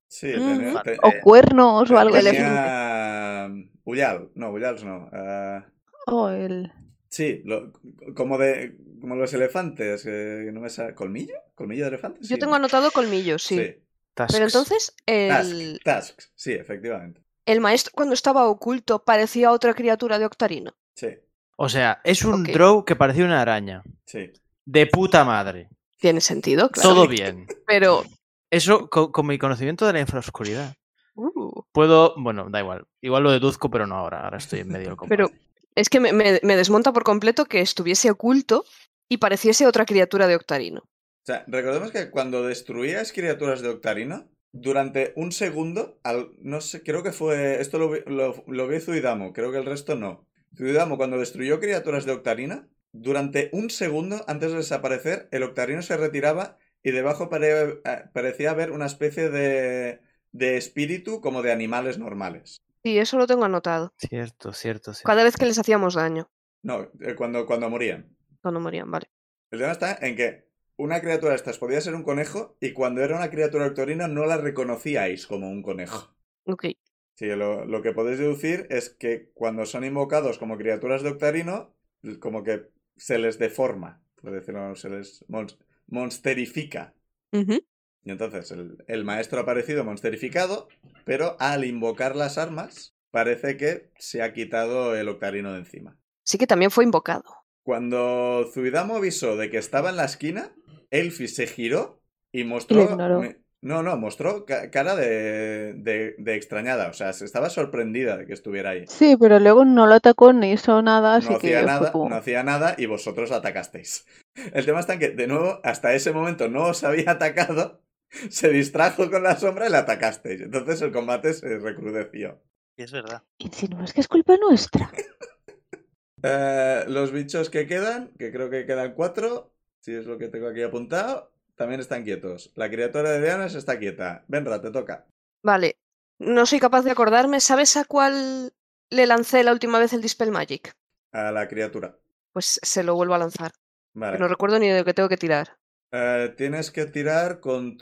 Speaker 1: Sí,
Speaker 2: Mm.
Speaker 1: tenía- te-
Speaker 4: o
Speaker 1: eh,
Speaker 4: cuernos o algo
Speaker 2: el
Speaker 4: así.
Speaker 2: elefante.
Speaker 1: tenía, Ullal. No, Ullals no. eh,
Speaker 4: O Oh, el-
Speaker 1: sí, lo- como de. como los elefantes. que no me sa- ¿Colmillo? ¿Colmillo de elefante?
Speaker 2: Yo
Speaker 1: Sí,
Speaker 2: tengo
Speaker 1: ¿no?
Speaker 2: anotado colmillos, sí. Pero
Speaker 5: Tasks.
Speaker 2: entonces
Speaker 1: Task,
Speaker 2: el,
Speaker 1: tasks. Sí, efectivamente.
Speaker 2: el maestro cuando estaba oculto parecía otra criatura de Octarina.
Speaker 1: Sí,
Speaker 5: O sea, es un
Speaker 2: Ok.
Speaker 5: draw que parecía una araña.
Speaker 1: sí.
Speaker 5: De puta madre.
Speaker 2: Tiene sentido, claro.
Speaker 5: Todo bien.
Speaker 2: Pero
Speaker 5: Eso co- con, mi conocimiento de la infraoscuridad.
Speaker 2: uh,
Speaker 5: Puedo. Bueno, da igual. Igual lo deduzco, pero no ahora. Ahora estoy en medio del combate.
Speaker 2: Pero- es que me, me- me desmonta por completo que estuviese oculto y pareciese otra criatura de Octarino.
Speaker 1: O sea, recordemos que cuando destruías criaturas de Octarino, durante un segundo, al- no sé, creo que fue. Esto lo, vi- lo, lo vi Zuidamo, creo que el resto no. Zuidamo, cuando destruyó criaturas de Octarino, durante un segundo antes de desaparecer, el Octarino se retiraba y debajo pare- eh, parecía haber una especie de, de espíritu como de animales normales.
Speaker 2: Sí, eso lo tengo anotado.
Speaker 5: Cierto, cierto, cierto.
Speaker 2: Cada vez que les hacíamos daño,
Speaker 1: No, eh, cuando, cuando morían.
Speaker 2: cuando morían, vale.
Speaker 1: El tema está en que una criatura de estas podía ser un conejo y cuando era una criatura octarina no la reconocíais como un conejo.
Speaker 2: Ok.
Speaker 1: Sí, lo, lo que podéis deducir es que cuando son invocados como criaturas de Octarino, como que se les deforma, por decirlo, se les mon- monsterifica.
Speaker 2: Ujú.
Speaker 1: Y entonces el, el maestro ha parecido monsterificado, pero al invocar las armas parece que se ha quitado el Octarino de encima.
Speaker 2: Sí que también fue invocado.
Speaker 1: Cuando Zuidamo avisó de que estaba en la esquina, Elfi se giró y
Speaker 4: Y
Speaker 1: mostró...
Speaker 4: lo ignoró.
Speaker 1: me- No, no, mostró ca- cara de, de- de extrañada, o sea, se estaba sorprendida de que estuviera ahí.
Speaker 4: Sí, pero luego no lo atacó ni hizo nada, así
Speaker 1: no
Speaker 4: Ah, que
Speaker 1: hacía
Speaker 4: fue
Speaker 1: nada,
Speaker 4: como-
Speaker 1: no hacía nada y vosotros la atacasteis. El tema está en que, de nuevo, hasta ese momento no os había atacado, se distrajo con la sombra y la atacasteis. Entonces el combate se recrudeció.
Speaker 3: Y es verdad.
Speaker 4: Y si no es que es culpa nuestra.
Speaker 1: Eh, los bichos que quedan, que creo que quedan cuatro, si es lo que tengo aquí apuntado, también están quietos. La criatura de Dianas está quieta. Benra, te toca.
Speaker 2: Vale. No soy capaz de acordarme. ¿Sabes a cuál le lancé la última vez el Dispel Magic?
Speaker 1: A la criatura.
Speaker 2: Pues se lo vuelvo a lanzar.
Speaker 1: Vale.
Speaker 2: No recuerdo ni de lo que tengo que tirar.
Speaker 1: Eh, tienes que tirar con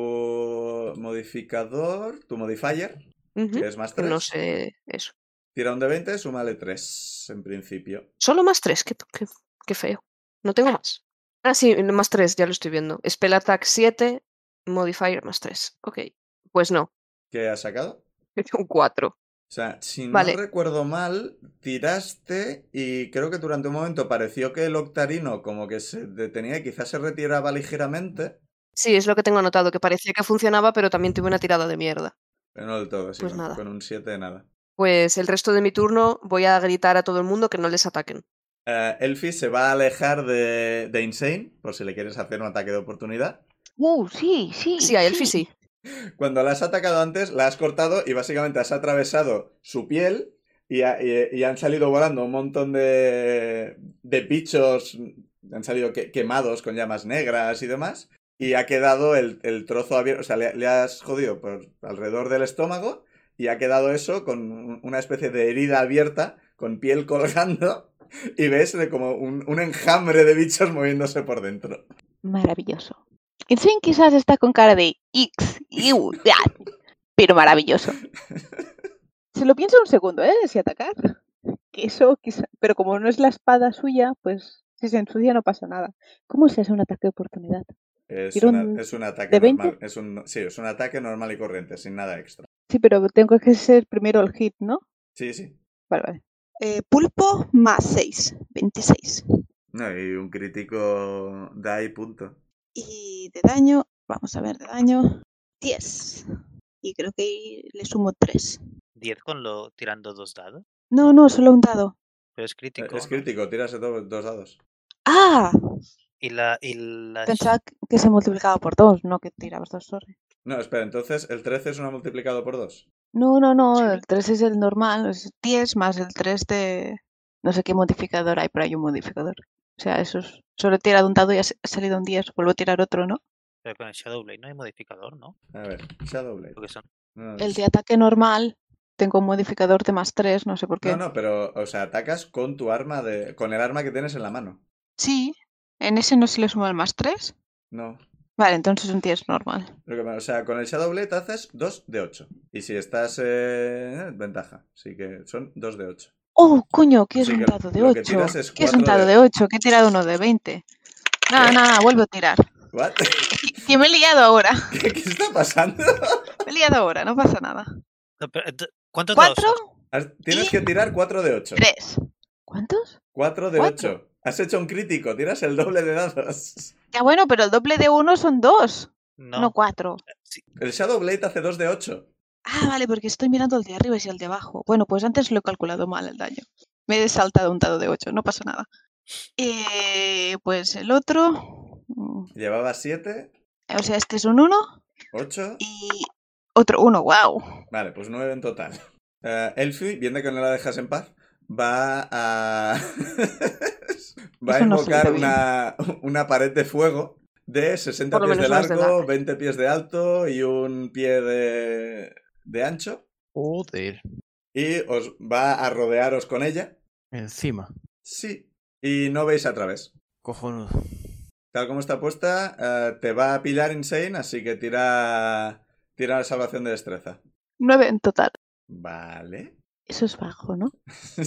Speaker 1: tu modificador, tu modifier,
Speaker 2: Ujú,
Speaker 1: que es más
Speaker 2: que
Speaker 1: 3.
Speaker 2: No sé eso.
Speaker 1: Tira un de 20, súmale 3, en principio.
Speaker 2: Solo más tres, qué, qué- qué feo. No tengo más. Ah, sí, más tres, ya lo estoy viendo. Spell Attack 7, Modifier más 3. Ok, pues no,
Speaker 1: ¿Qué has sacado?
Speaker 2: un 4.
Speaker 1: O sea, si no
Speaker 2: Vale.
Speaker 1: recuerdo mal, tiraste y creo que durante un momento pareció que el octarino como que se detenía y quizás se retiraba ligeramente,
Speaker 2: Sí, es lo que tengo anotado, que parecía que funcionaba, pero también tuve una tirada de mierda.
Speaker 1: pero no del todo, sí,
Speaker 2: Pues
Speaker 1: con,
Speaker 2: nada.
Speaker 1: con un 7 nada.
Speaker 2: Pues el resto de mi turno voy a gritar a todo el mundo que no les ataquen.
Speaker 1: Eh, Elfie se va a alejar de, de Insane, por si le quieres hacer un ataque de oportunidad.
Speaker 4: Uh, sí, sí.
Speaker 2: Sí, a Elfi sí.
Speaker 1: Cuando la has atacado antes, la has cortado y básicamente has atravesado su piel y, ha- y- y han salido volando un montón de, de bichos, han salido que- quemados con llamas negras y demás, y ha quedado el, el trozo abierto, o sea, le, le has jodido por alrededor del estómago y ha quedado eso con un- una especie de herida abierta, con piel colgando, y ves de como un, un enjambre de bichos moviéndose por dentro.
Speaker 4: Maravilloso. Insane quizás está con cara de X, iu, ya, pero maravilloso. Se lo piensa un segundo, ¿eh? Si atacar. Que eso, quizá- pero como no es la espada suya, pues si se ensucia no pasa nada. ¿Cómo se hace un ataque de oportunidad?
Speaker 1: Es,
Speaker 4: Tiro
Speaker 1: una-
Speaker 4: un-
Speaker 1: es un ataque
Speaker 4: ¿de 20?
Speaker 1: normal. Es un, sí, es un ataque normal y corriente, sin nada extra.
Speaker 4: Sí, pero tengo que ser primero el hit, ¿no?
Speaker 1: Sí, sí.
Speaker 4: Vale, vale. Eh, pulpo más 6, 26.
Speaker 1: No, y un crítico da y punto.
Speaker 4: Y de daño, vamos a ver, de daño, 10. Y creo que le sumo 3.
Speaker 3: 10 con lo tirando dos dados.
Speaker 4: No, no, solo un dado.
Speaker 3: Pero es
Speaker 1: Eh,
Speaker 3: crítico.
Speaker 1: Es
Speaker 3: ¿no?
Speaker 1: crítico, tirase do- dos dados.
Speaker 4: ¡Ah!
Speaker 3: Y la. Y las-
Speaker 4: Pensaba que- que se multiplicaba por 2, no que tirabas 2, sorry.
Speaker 1: No, espera, entonces el 13 es una multiplicado por dos.
Speaker 4: No, no,
Speaker 2: Sí.
Speaker 4: no, el 3 es el normal, es 10 más el 3 de... No sé qué modificador hay, pero hay un modificador. O sea, eso es... Solo he tirado un dado y ha s- ha salido un 10, vuelvo a tirar otro, ¿no?
Speaker 3: Pero con el Shadowblade no hay modificador, ¿no?
Speaker 1: A ver, Shadowblade.
Speaker 3: Porque son.
Speaker 1: No,
Speaker 4: El de ataque normal, tengo un modificador de más 3, no sé por qué.
Speaker 1: no, no, pero, o sea, atacas con tu arma de... con el arma que tienes en la mano.
Speaker 4: Sí, en ese no se le suma el más 3.
Speaker 1: No.
Speaker 4: Vale, entonces un 10 normal.
Speaker 1: Lo que- o sea, con el Shadowblade haces dos de ocho. Y si estás eh, ventaja, así que son dos de ocho.
Speaker 4: Oh, coño, ¿qué es
Speaker 1: Así
Speaker 4: un
Speaker 1: que
Speaker 4: dado de
Speaker 1: lo que
Speaker 4: 8?
Speaker 1: tiras es
Speaker 4: ¿Qué es un
Speaker 1: cuatro
Speaker 4: dado
Speaker 1: de-
Speaker 4: de 8? Que he tirado uno de 20. Nada,
Speaker 1: ¿Qué?
Speaker 4: nada, vuelvo a tirar.
Speaker 1: ¿What?
Speaker 4: Que me he liado ahora.
Speaker 1: ¿Qué, qué está pasando?
Speaker 4: Me he liado ahora, no pasa nada.
Speaker 3: No, pero, ent- ¿Cuántos dados
Speaker 4: ¿Cuatro?
Speaker 3: son?
Speaker 1: Has- Tienes que tirar cuatro de ocho.
Speaker 4: Tres. ¿Cuántos?
Speaker 1: Cuatro de
Speaker 4: ¿Cuatro?
Speaker 1: ocho. Has hecho un crítico, tiras el doble de dados.
Speaker 4: Ya bueno, pero el doble de uno son dos,
Speaker 3: No.
Speaker 4: no, cuatro.
Speaker 1: El Shadowblade hace dos de ocho.
Speaker 4: Ah, vale, porque estoy mirando el de arriba y el de abajo. Bueno, pues antes lo he calculado mal el daño. Me he saltado un dado de 8, no pasa nada. Eh, pues el otro. mm,
Speaker 1: Llevaba siete,
Speaker 4: O sea, este es un 1
Speaker 1: ocho.
Speaker 4: y otro 1, wow.
Speaker 1: Vale, pues nueve en total. Eh, Elfie, viendo que no la dejas en paz, va a. va a
Speaker 4: Eso no se
Speaker 1: invocar
Speaker 4: dice bien.
Speaker 1: una, una pared de fuego de 60
Speaker 2: Por lo
Speaker 1: pies de
Speaker 2: menos no es de
Speaker 1: largo,
Speaker 2: nada.
Speaker 1: 20 pies de alto y un pie de, de ancho.
Speaker 5: Joder.
Speaker 1: Y os va a rodearos con ella.
Speaker 5: Encima.
Speaker 1: Sí. Y no veis a través.
Speaker 5: Cojonudo.
Speaker 1: Tal como está puesta, eh, te va a pilar Insane, así que tira, tira la salvación de destreza.
Speaker 4: 9 en total.
Speaker 1: Vale.
Speaker 4: Eso es bajo, ¿no?
Speaker 1: sí,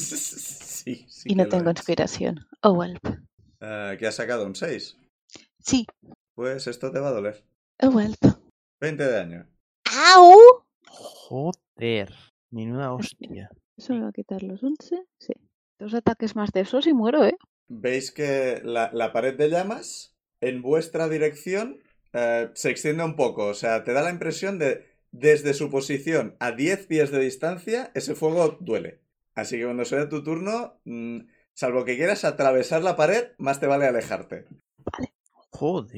Speaker 1: sí
Speaker 4: y no
Speaker 1: que lo
Speaker 4: tengo
Speaker 1: es.
Speaker 4: inspiración. Oh, welp.
Speaker 1: Eh, que has sacado un 6.
Speaker 4: Sí,
Speaker 1: Pues esto te va a doler.
Speaker 4: oh, welp.
Speaker 1: 20 de daño.
Speaker 4: ¡Au!
Speaker 5: Joder. Menuda hostia.
Speaker 4: Eso me va a quitar los 11. Sí. Dos ataques más de esos y muero, ¿eh?
Speaker 1: Veis que la, la pared de llamas en vuestra dirección eh, se extiende un poco. O sea, te da la impresión de desde su posición a 10 pies de distancia, ese fuego duele. Así que cuando sea tu turno, mm, salvo que quieras atravesar la pared, más te vale alejarte.
Speaker 5: Joder.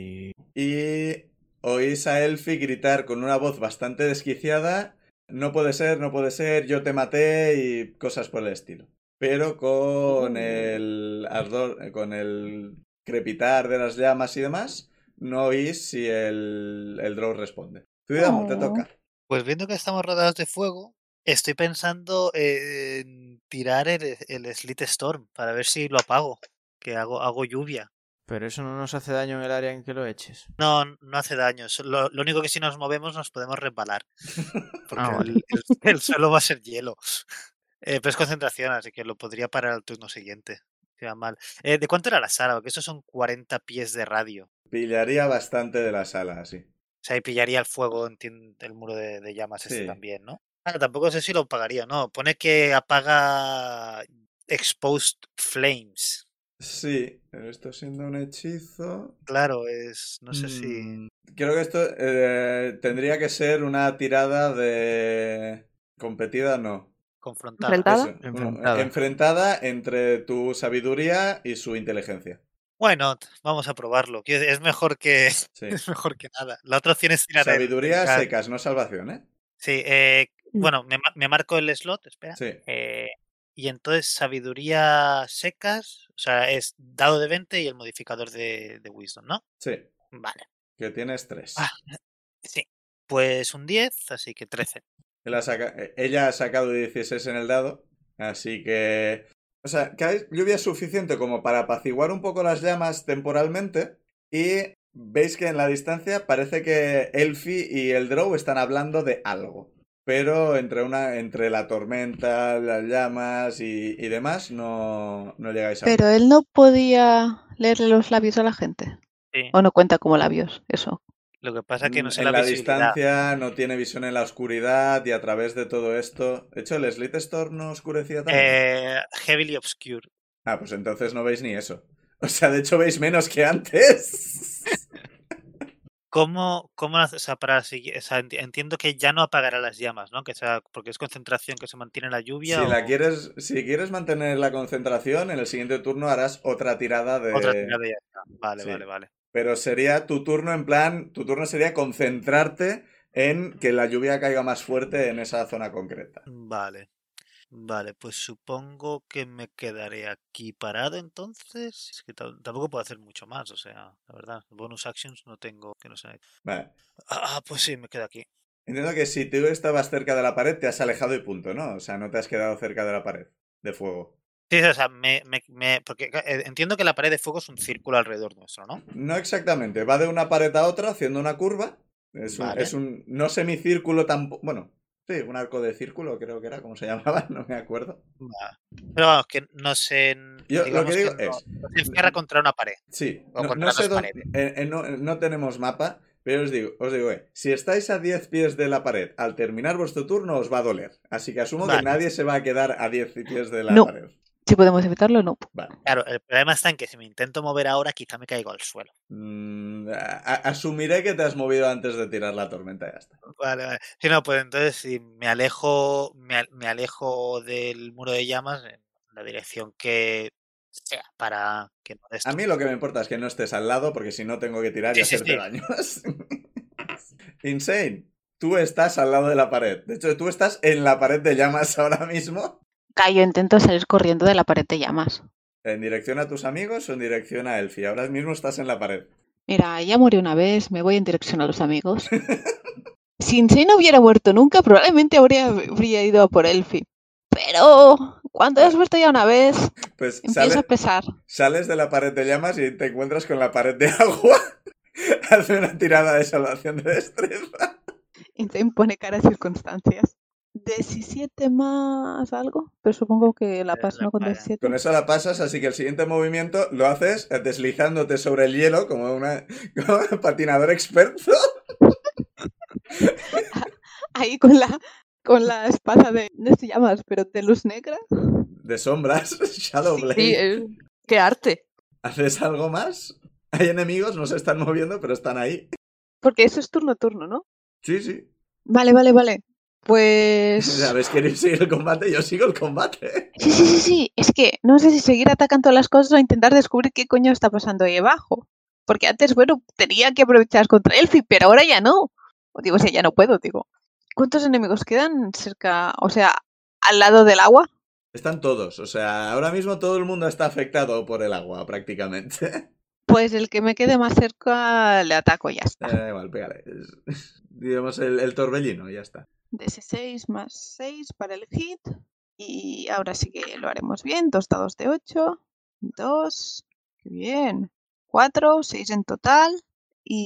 Speaker 1: Y oís a Elfi gritar con una voz bastante desquiciada, no puede ser, no puede ser, yo te maté y cosas por el estilo. Pero con el ardor, eh, con el crepitar de las llamas y demás, no oís si el, el drow responde. Cuidado, te
Speaker 4: Oh.
Speaker 1: toca.
Speaker 3: Pues viendo que estamos rodeados de fuego, estoy pensando e, en tirar el, el Slit Storm para ver si lo apago. Que hago, hago lluvia.
Speaker 5: Pero eso no nos hace daño en el área en que lo eches.
Speaker 3: No, no hace daño. So- Lo, lo único que si nos movemos nos podemos resbalar. Porque
Speaker 5: Ah, vale.
Speaker 3: el, el- el suelo va a ser hielo. Eh, pero es concentración, así que lo podría parar al turno siguiente. Si va mal. Eh, ¿De cuánto era la sala? Porque estos son 40 pies de radio.
Speaker 1: Pillaría bastante de la sala, así.
Speaker 3: O sea, ahí pillaría el fuego, entien- el muro de, de llamas este
Speaker 1: Sí.
Speaker 3: también, ¿no? Ah, tampoco sé si lo pagaría, no. Pone que apaga Exposed Flames.
Speaker 1: Sí, pero esto siendo un hechizo.
Speaker 3: Claro, es. No sé si.
Speaker 1: Mm, Creo que esto eh, tendría que ser una tirada de. Competida, no.
Speaker 3: Confrontada.
Speaker 2: Enfrentada.
Speaker 1: Eso, un-
Speaker 5: Enfrentada.
Speaker 1: enfrentada entre tu sabiduría y su inteligencia.
Speaker 3: Why not? Vamos a probarlo. Quiero decir, Es mejor que
Speaker 1: Sí.
Speaker 3: es mejor que nada. La otra opción es tirar el-
Speaker 1: Sabiduría
Speaker 3: tirar-
Speaker 1: secas, no salvación, ¿eh?
Speaker 3: Sí, eh, bueno, me, ma- me marco el slot, espera.
Speaker 1: Sí.
Speaker 3: Eh, y entonces sabiduría secas, o sea, es dado de 20 y el modificador de, de wisdom, ¿no?
Speaker 1: Sí,
Speaker 3: Vale.
Speaker 1: que tienes tres.
Speaker 3: Ah. Sí. Pues un 10, así que 13.
Speaker 1: Él ha saca- eh, Ella ha sacado 16 en el dado, así que... O sea, cae lluvia suficiente como para apaciguar un poco las llamas temporalmente y veis que en la distancia parece que Elfie y el Drow están hablando de algo. Pero entre, una, entre la tormenta, las llamas y, y demás no, no llegáis a...
Speaker 4: Pero él no podía leerle los labios a la gente.
Speaker 3: Sí.
Speaker 4: O no cuenta como labios, eso.
Speaker 3: Lo que pasa que no sé
Speaker 1: Mm, en
Speaker 3: la,
Speaker 1: la,
Speaker 3: visibilidad.
Speaker 1: distancia no tiene visión en la oscuridad y a través de todo esto... De hecho, el Slit Store no oscurecía tanto.
Speaker 3: Eh, heavily obscure.
Speaker 1: Ah, pues entonces no veis ni eso. O sea, de hecho veis menos que antes.
Speaker 3: ¿Cómo, cómo hace- o sea, para seguir- o sea, enti- entiendo que ya no apagará las llamas, ¿no? Que sea, porque es concentración que se mantiene en la
Speaker 1: Si
Speaker 3: lluvia.
Speaker 1: la
Speaker 3: o-
Speaker 1: quieres, si quieres mantener la concentración, en el siguiente turno harás otra tirada de.
Speaker 3: Otra tirada y ya está. Vale,
Speaker 1: sí.
Speaker 3: vale, vale.
Speaker 1: Pero sería tu turno en plan, tu turno sería concentrarte en que la lluvia caiga más fuerte en esa zona concreta.
Speaker 3: Vale. Vale, pues supongo que me quedaré aquí parado entonces. Es que tam- tampoco puedo hacer mucho más, o sea, la verdad. Bonus actions no tengo, que no sé.
Speaker 1: Vale.
Speaker 3: Ah, pues sí, me quedo aquí.
Speaker 1: Entiendo que si tú estabas cerca de la pared, te has alejado y punto, ¿no? O sea, no te has quedado cerca de la pared de fuego.
Speaker 3: Sí, o sea, me, me- me- porque ca- eh, entiendo que la pared de fuego es un círculo alrededor nuestro, ¿no?
Speaker 1: No exactamente, va de una pared a otra haciendo una curva. Es un,
Speaker 3: Vale.
Speaker 1: es un- no semicírculo tampoco. Bueno, sí, un arco de círculo creo que era como se llamaba, no me acuerdo.
Speaker 3: Va. Pero vamos, que no se. en-
Speaker 1: Mm. Yo lo
Speaker 3: digamos
Speaker 1: que digo
Speaker 3: no-
Speaker 1: es- mm,
Speaker 3: no se encierra contra una pared.
Speaker 1: Sí,
Speaker 3: O
Speaker 1: no,
Speaker 3: contra
Speaker 1: no sé
Speaker 3: las
Speaker 1: dónde-
Speaker 3: paredes.
Speaker 1: eh, eh, no, no tenemos mapa, pero os digo, os digo, eh, si estáis a 10 pies de la pared, al terminar vuestro turno os va a doler. Así que asumo que
Speaker 3: Vale.
Speaker 1: nadie se va a quedar a 10 pies de la
Speaker 4: No.
Speaker 1: pared.
Speaker 4: Si podemos evitarlo, no.
Speaker 1: Vale.
Speaker 3: Claro, el problema está en que si me intento mover ahora, quizá me caigo al suelo.
Speaker 1: Mm, a- a- asumiré que te has movido antes de tirar la tormenta, ya está.
Speaker 3: Vale, vale. Si no, pues entonces si me alejo, me, al- me alejo del muro de llamas en la dirección que sea para que no
Speaker 1: A
Speaker 3: destruya.
Speaker 1: mí lo que me importa es que no estés al lado porque si no tengo que tirar y
Speaker 3: Sí, sí,
Speaker 1: hacerte
Speaker 3: sí.
Speaker 1: daños. Insane. Tú estás al lado de la pared. De hecho, tú estás en la pared de llamas ahora mismo.
Speaker 4: Cayo intento salir corriendo de la pared de llamas.
Speaker 1: ¿En dirección a tus amigos o en dirección a Elfie? Ahora mismo estás en la pared.
Speaker 4: Mira, ya morí una vez, me voy en dirección a los amigos. si Insane no hubiera muerto nunca, probablemente habría, habría ido a por Elfi. Pero cuando has muerto ya una vez,
Speaker 1: Pues
Speaker 4: empieza
Speaker 1: sale-
Speaker 4: a pesar.
Speaker 1: sales de la pared de llamas y te encuentras con la pared de agua. Hace una tirada de salvación de destreza.
Speaker 4: Insane pone cara a circunstancias. 17 más algo, pero supongo que la
Speaker 3: Eh,
Speaker 4: paz
Speaker 3: la
Speaker 4: no con
Speaker 3: paga.
Speaker 4: 17.
Speaker 1: Con eso la pasas, así que el siguiente movimiento lo haces deslizándote sobre el hielo como, una, como un patinador experto.
Speaker 4: Ahí con la, con la espada de. No se llamas, pero de luz negra.
Speaker 1: De sombras, Shadow
Speaker 4: Sí,
Speaker 1: Blade.
Speaker 2: Sí, eh, qué arte.
Speaker 1: ¿Haces algo más? Hay enemigos, no se están moviendo, pero están ahí.
Speaker 4: Porque eso es turno a turno, ¿no?
Speaker 1: Sí, sí.
Speaker 4: Vale, vale, vale. Pues.
Speaker 1: ¿Sabes? ¿Queréis seguir el combate? Yo sigo el combate.
Speaker 4: Sí, sí, sí, sí. Es que no sé si seguir atacando las cosas o intentar descubrir qué coño está pasando ahí abajo. Porque antes, bueno, tenía que aprovechar contra Elfi, pero ahora ya no. O digo, o sea, ya no puedo, digo. ¿Cuántos enemigos quedan cerca, o sea, al lado del agua?
Speaker 1: Están todos, o sea, ahora mismo todo el mundo está afectado por el agua, prácticamente. Eh,
Speaker 4: Pues el que me quede más cerca le ataco y ya
Speaker 1: Eh,
Speaker 4: está.
Speaker 1: da igual, pégale. Es- digamos, el, el torbellino, ya está.
Speaker 4: 16 más 6 para el hit. Y ahora sí que lo haremos bien. Dos dados de 8. 2. Bien. cuatro, seis en total.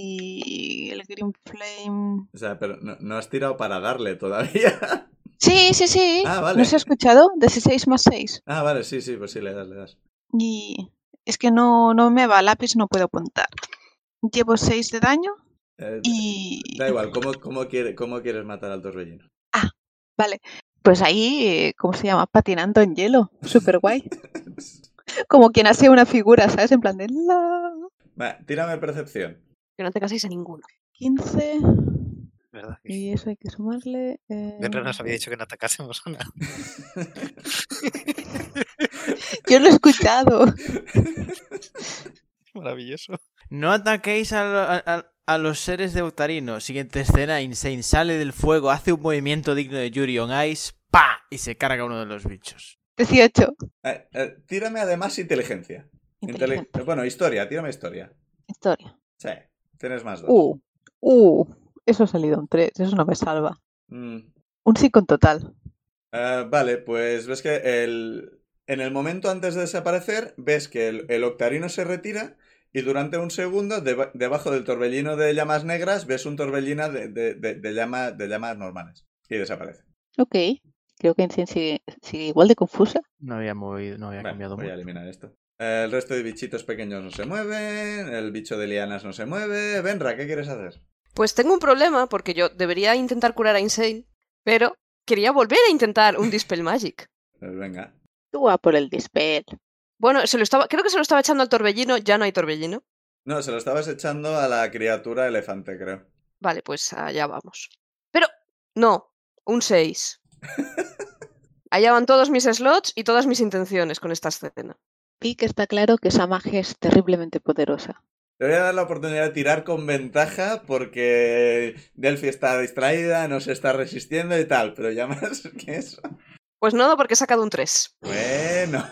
Speaker 4: Y el Green Flame.
Speaker 1: O sea, pero no, no has tirado para darle todavía.
Speaker 4: Sí, sí, sí.
Speaker 1: Ah, vale.
Speaker 4: ¿No se ha escuchado? 16 más 6.
Speaker 1: Ah, vale, sí, sí, pues sí, le das, le das.
Speaker 4: Y es que no, no me va lápiz, no puedo apuntar. Llevo 6 de daño
Speaker 1: Eh,
Speaker 4: y.
Speaker 1: Da igual, ¿cómo, cómo, quiere- cómo quieres matar al torbellino?
Speaker 4: Vale. Pues ahí, eh, ¿cómo se llama? Patinando en hielo. Súper guay. Como quien hace una figura, ¿sabes? En plan de. La...
Speaker 1: Va, tírame percepción.
Speaker 2: Que no te caséis a ninguno.
Speaker 4: 15.
Speaker 3: ¿Verdad?
Speaker 4: Y eso hay que sumarle. eh,
Speaker 3: Guerra nos había dicho que no atacásemos a nada.
Speaker 4: Yo lo he escuchado.
Speaker 3: Maravilloso.
Speaker 5: No ataquéis a, lo- a- a- a los seres de Utarino. Siguiente escena, Insane sale del fuego, hace un movimiento digno de Yuri on Ice, ¡pa! Y se carga uno de los bichos.
Speaker 4: 18.
Speaker 1: Eh, eh, tírame además inteligencia. Inteli-
Speaker 4: Inteligente.
Speaker 1: Bueno, historia, tírame historia.
Speaker 4: Historia.
Speaker 1: Sí, tienes más dos.
Speaker 4: Uh. Uh. Eso ha salido un 3. Eso no me salva.
Speaker 1: Mm.
Speaker 4: Un 5 en total.
Speaker 1: Ah, vale, pues ves que el... en el momento antes de desaparecer, ves que el, el octarino se retira y durante un segundo, deba- debajo del torbellino de llamas negras, ves un torbellino de, de- de- de llama- de llamas normales. Y desaparece.
Speaker 4: Ok. Creo que Encien sigue, sigue igual de confusa.
Speaker 5: No había movido, no había
Speaker 1: Vale,
Speaker 5: cambiado
Speaker 1: voy a
Speaker 5: mucho.
Speaker 1: eliminar esto. Eh, El resto de bichitos pequeños no se mueven, el bicho de lianas no se mueve. Benra, ¿qué quieres hacer?
Speaker 2: Pues tengo un problema, porque yo debería intentar curar a Insane, pero quería volver a intentar un Dispel Magic.
Speaker 1: Pues venga.
Speaker 4: Tú a por el dispel.
Speaker 2: Bueno, se lo estaba, creo que se lo estaba echando al torbellino, ya no hay torbellino.
Speaker 1: No, se lo estabas echando a la criatura elefante, creo.
Speaker 2: Vale, pues allá vamos. Pero, no, un 6. Allá van todos mis slots y todas mis intenciones con esta escena.
Speaker 4: Vi que está claro que esa magia es terriblemente poderosa.
Speaker 1: Te voy a dar la oportunidad de tirar con ventaja porque Delphi está distraída, no se está resistiendo y tal, pero ya más que eso.
Speaker 2: Pues no, porque he sacado un 3.
Speaker 1: Bueno,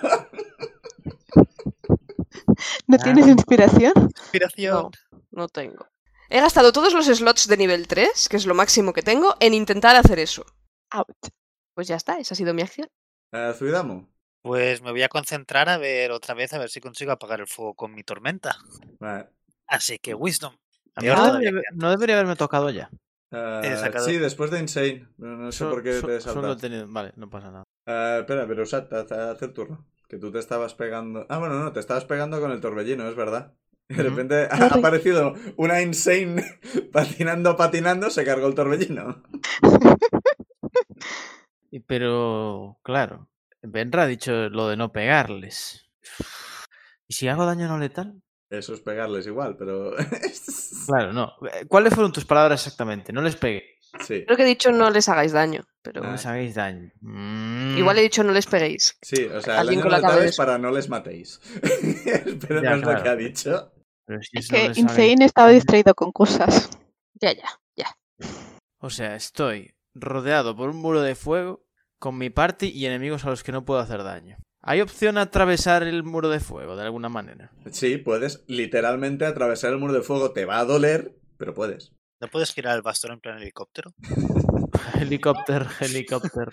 Speaker 4: ¿No tienes inspiración?
Speaker 3: Inspiración.
Speaker 2: No, no tengo. He gastado todos los slots de nivel 3, que es lo máximo que tengo, en intentar hacer eso.
Speaker 4: Ouch.
Speaker 2: Pues ya está, esa ha sido mi acción.
Speaker 1: Eh, Zuidamu.
Speaker 3: Pues me voy a concentrar a ver otra vez, a ver si consigo apagar el fuego con mi tormenta.
Speaker 1: Vale.
Speaker 3: Así que Wisdom. Peor
Speaker 1: Ah,
Speaker 5: No
Speaker 3: todavía
Speaker 5: debería,
Speaker 3: que
Speaker 5: no debería haberme tocado ya.
Speaker 1: Eh,
Speaker 3: He sacado-
Speaker 1: sí, después de Insane. No, no sé
Speaker 5: Sol-
Speaker 1: por qué
Speaker 5: sol-
Speaker 1: te he
Speaker 5: solo
Speaker 1: saltado.
Speaker 5: he tenido- Vale, no pasa nada.
Speaker 1: Eh, espera, pero Usat, haz- haz el turno. Que tú te estabas pegando. Ah, bueno, no, te estabas pegando con el torbellino, es verdad. De
Speaker 5: Ujú.
Speaker 1: repente ha
Speaker 4: Claro.
Speaker 1: aparecido una Insane patinando, patinando, se cargó el torbellino.
Speaker 5: Y- Pero, claro, Benra ha dicho lo de no pegarles. ¿Y si hago daño no letal?
Speaker 1: Eso es pegarles igual, pero.
Speaker 5: Claro, no. Eh, ¿Cuáles fueron tus palabras exactamente? No les pegué.
Speaker 1: sí.
Speaker 2: Creo que he dicho no les hagáis daño, pero
Speaker 5: No les
Speaker 1: Ah.
Speaker 5: hagáis daño. Mm.
Speaker 2: igual he dicho no les peguéis.
Speaker 1: Sí, o sea, el
Speaker 2: Alguien
Speaker 1: daño
Speaker 2: con la
Speaker 1: letal
Speaker 2: cabeza.
Speaker 1: es para no les matéis. Pero
Speaker 5: Ya,
Speaker 1: no es lo
Speaker 5: claro.
Speaker 1: que ha dicho.
Speaker 5: Pero si
Speaker 4: Es
Speaker 5: no
Speaker 4: que
Speaker 5: les hagáis-
Speaker 4: Insane estaba distraído con cosas.
Speaker 2: Ya, ya, ya.
Speaker 5: O sea, estoy rodeado por un muro de fuego con mi party y enemigos a los que no puedo hacer daño. ¿Hay opción a atravesar el muro de fuego de alguna manera?
Speaker 1: Sí, puedes literalmente atravesar el muro de fuego. Te va a doler, pero puedes.
Speaker 3: ¿No puedes girar el bastón en plan helicóptero?
Speaker 5: Helicóptero, helicóptero.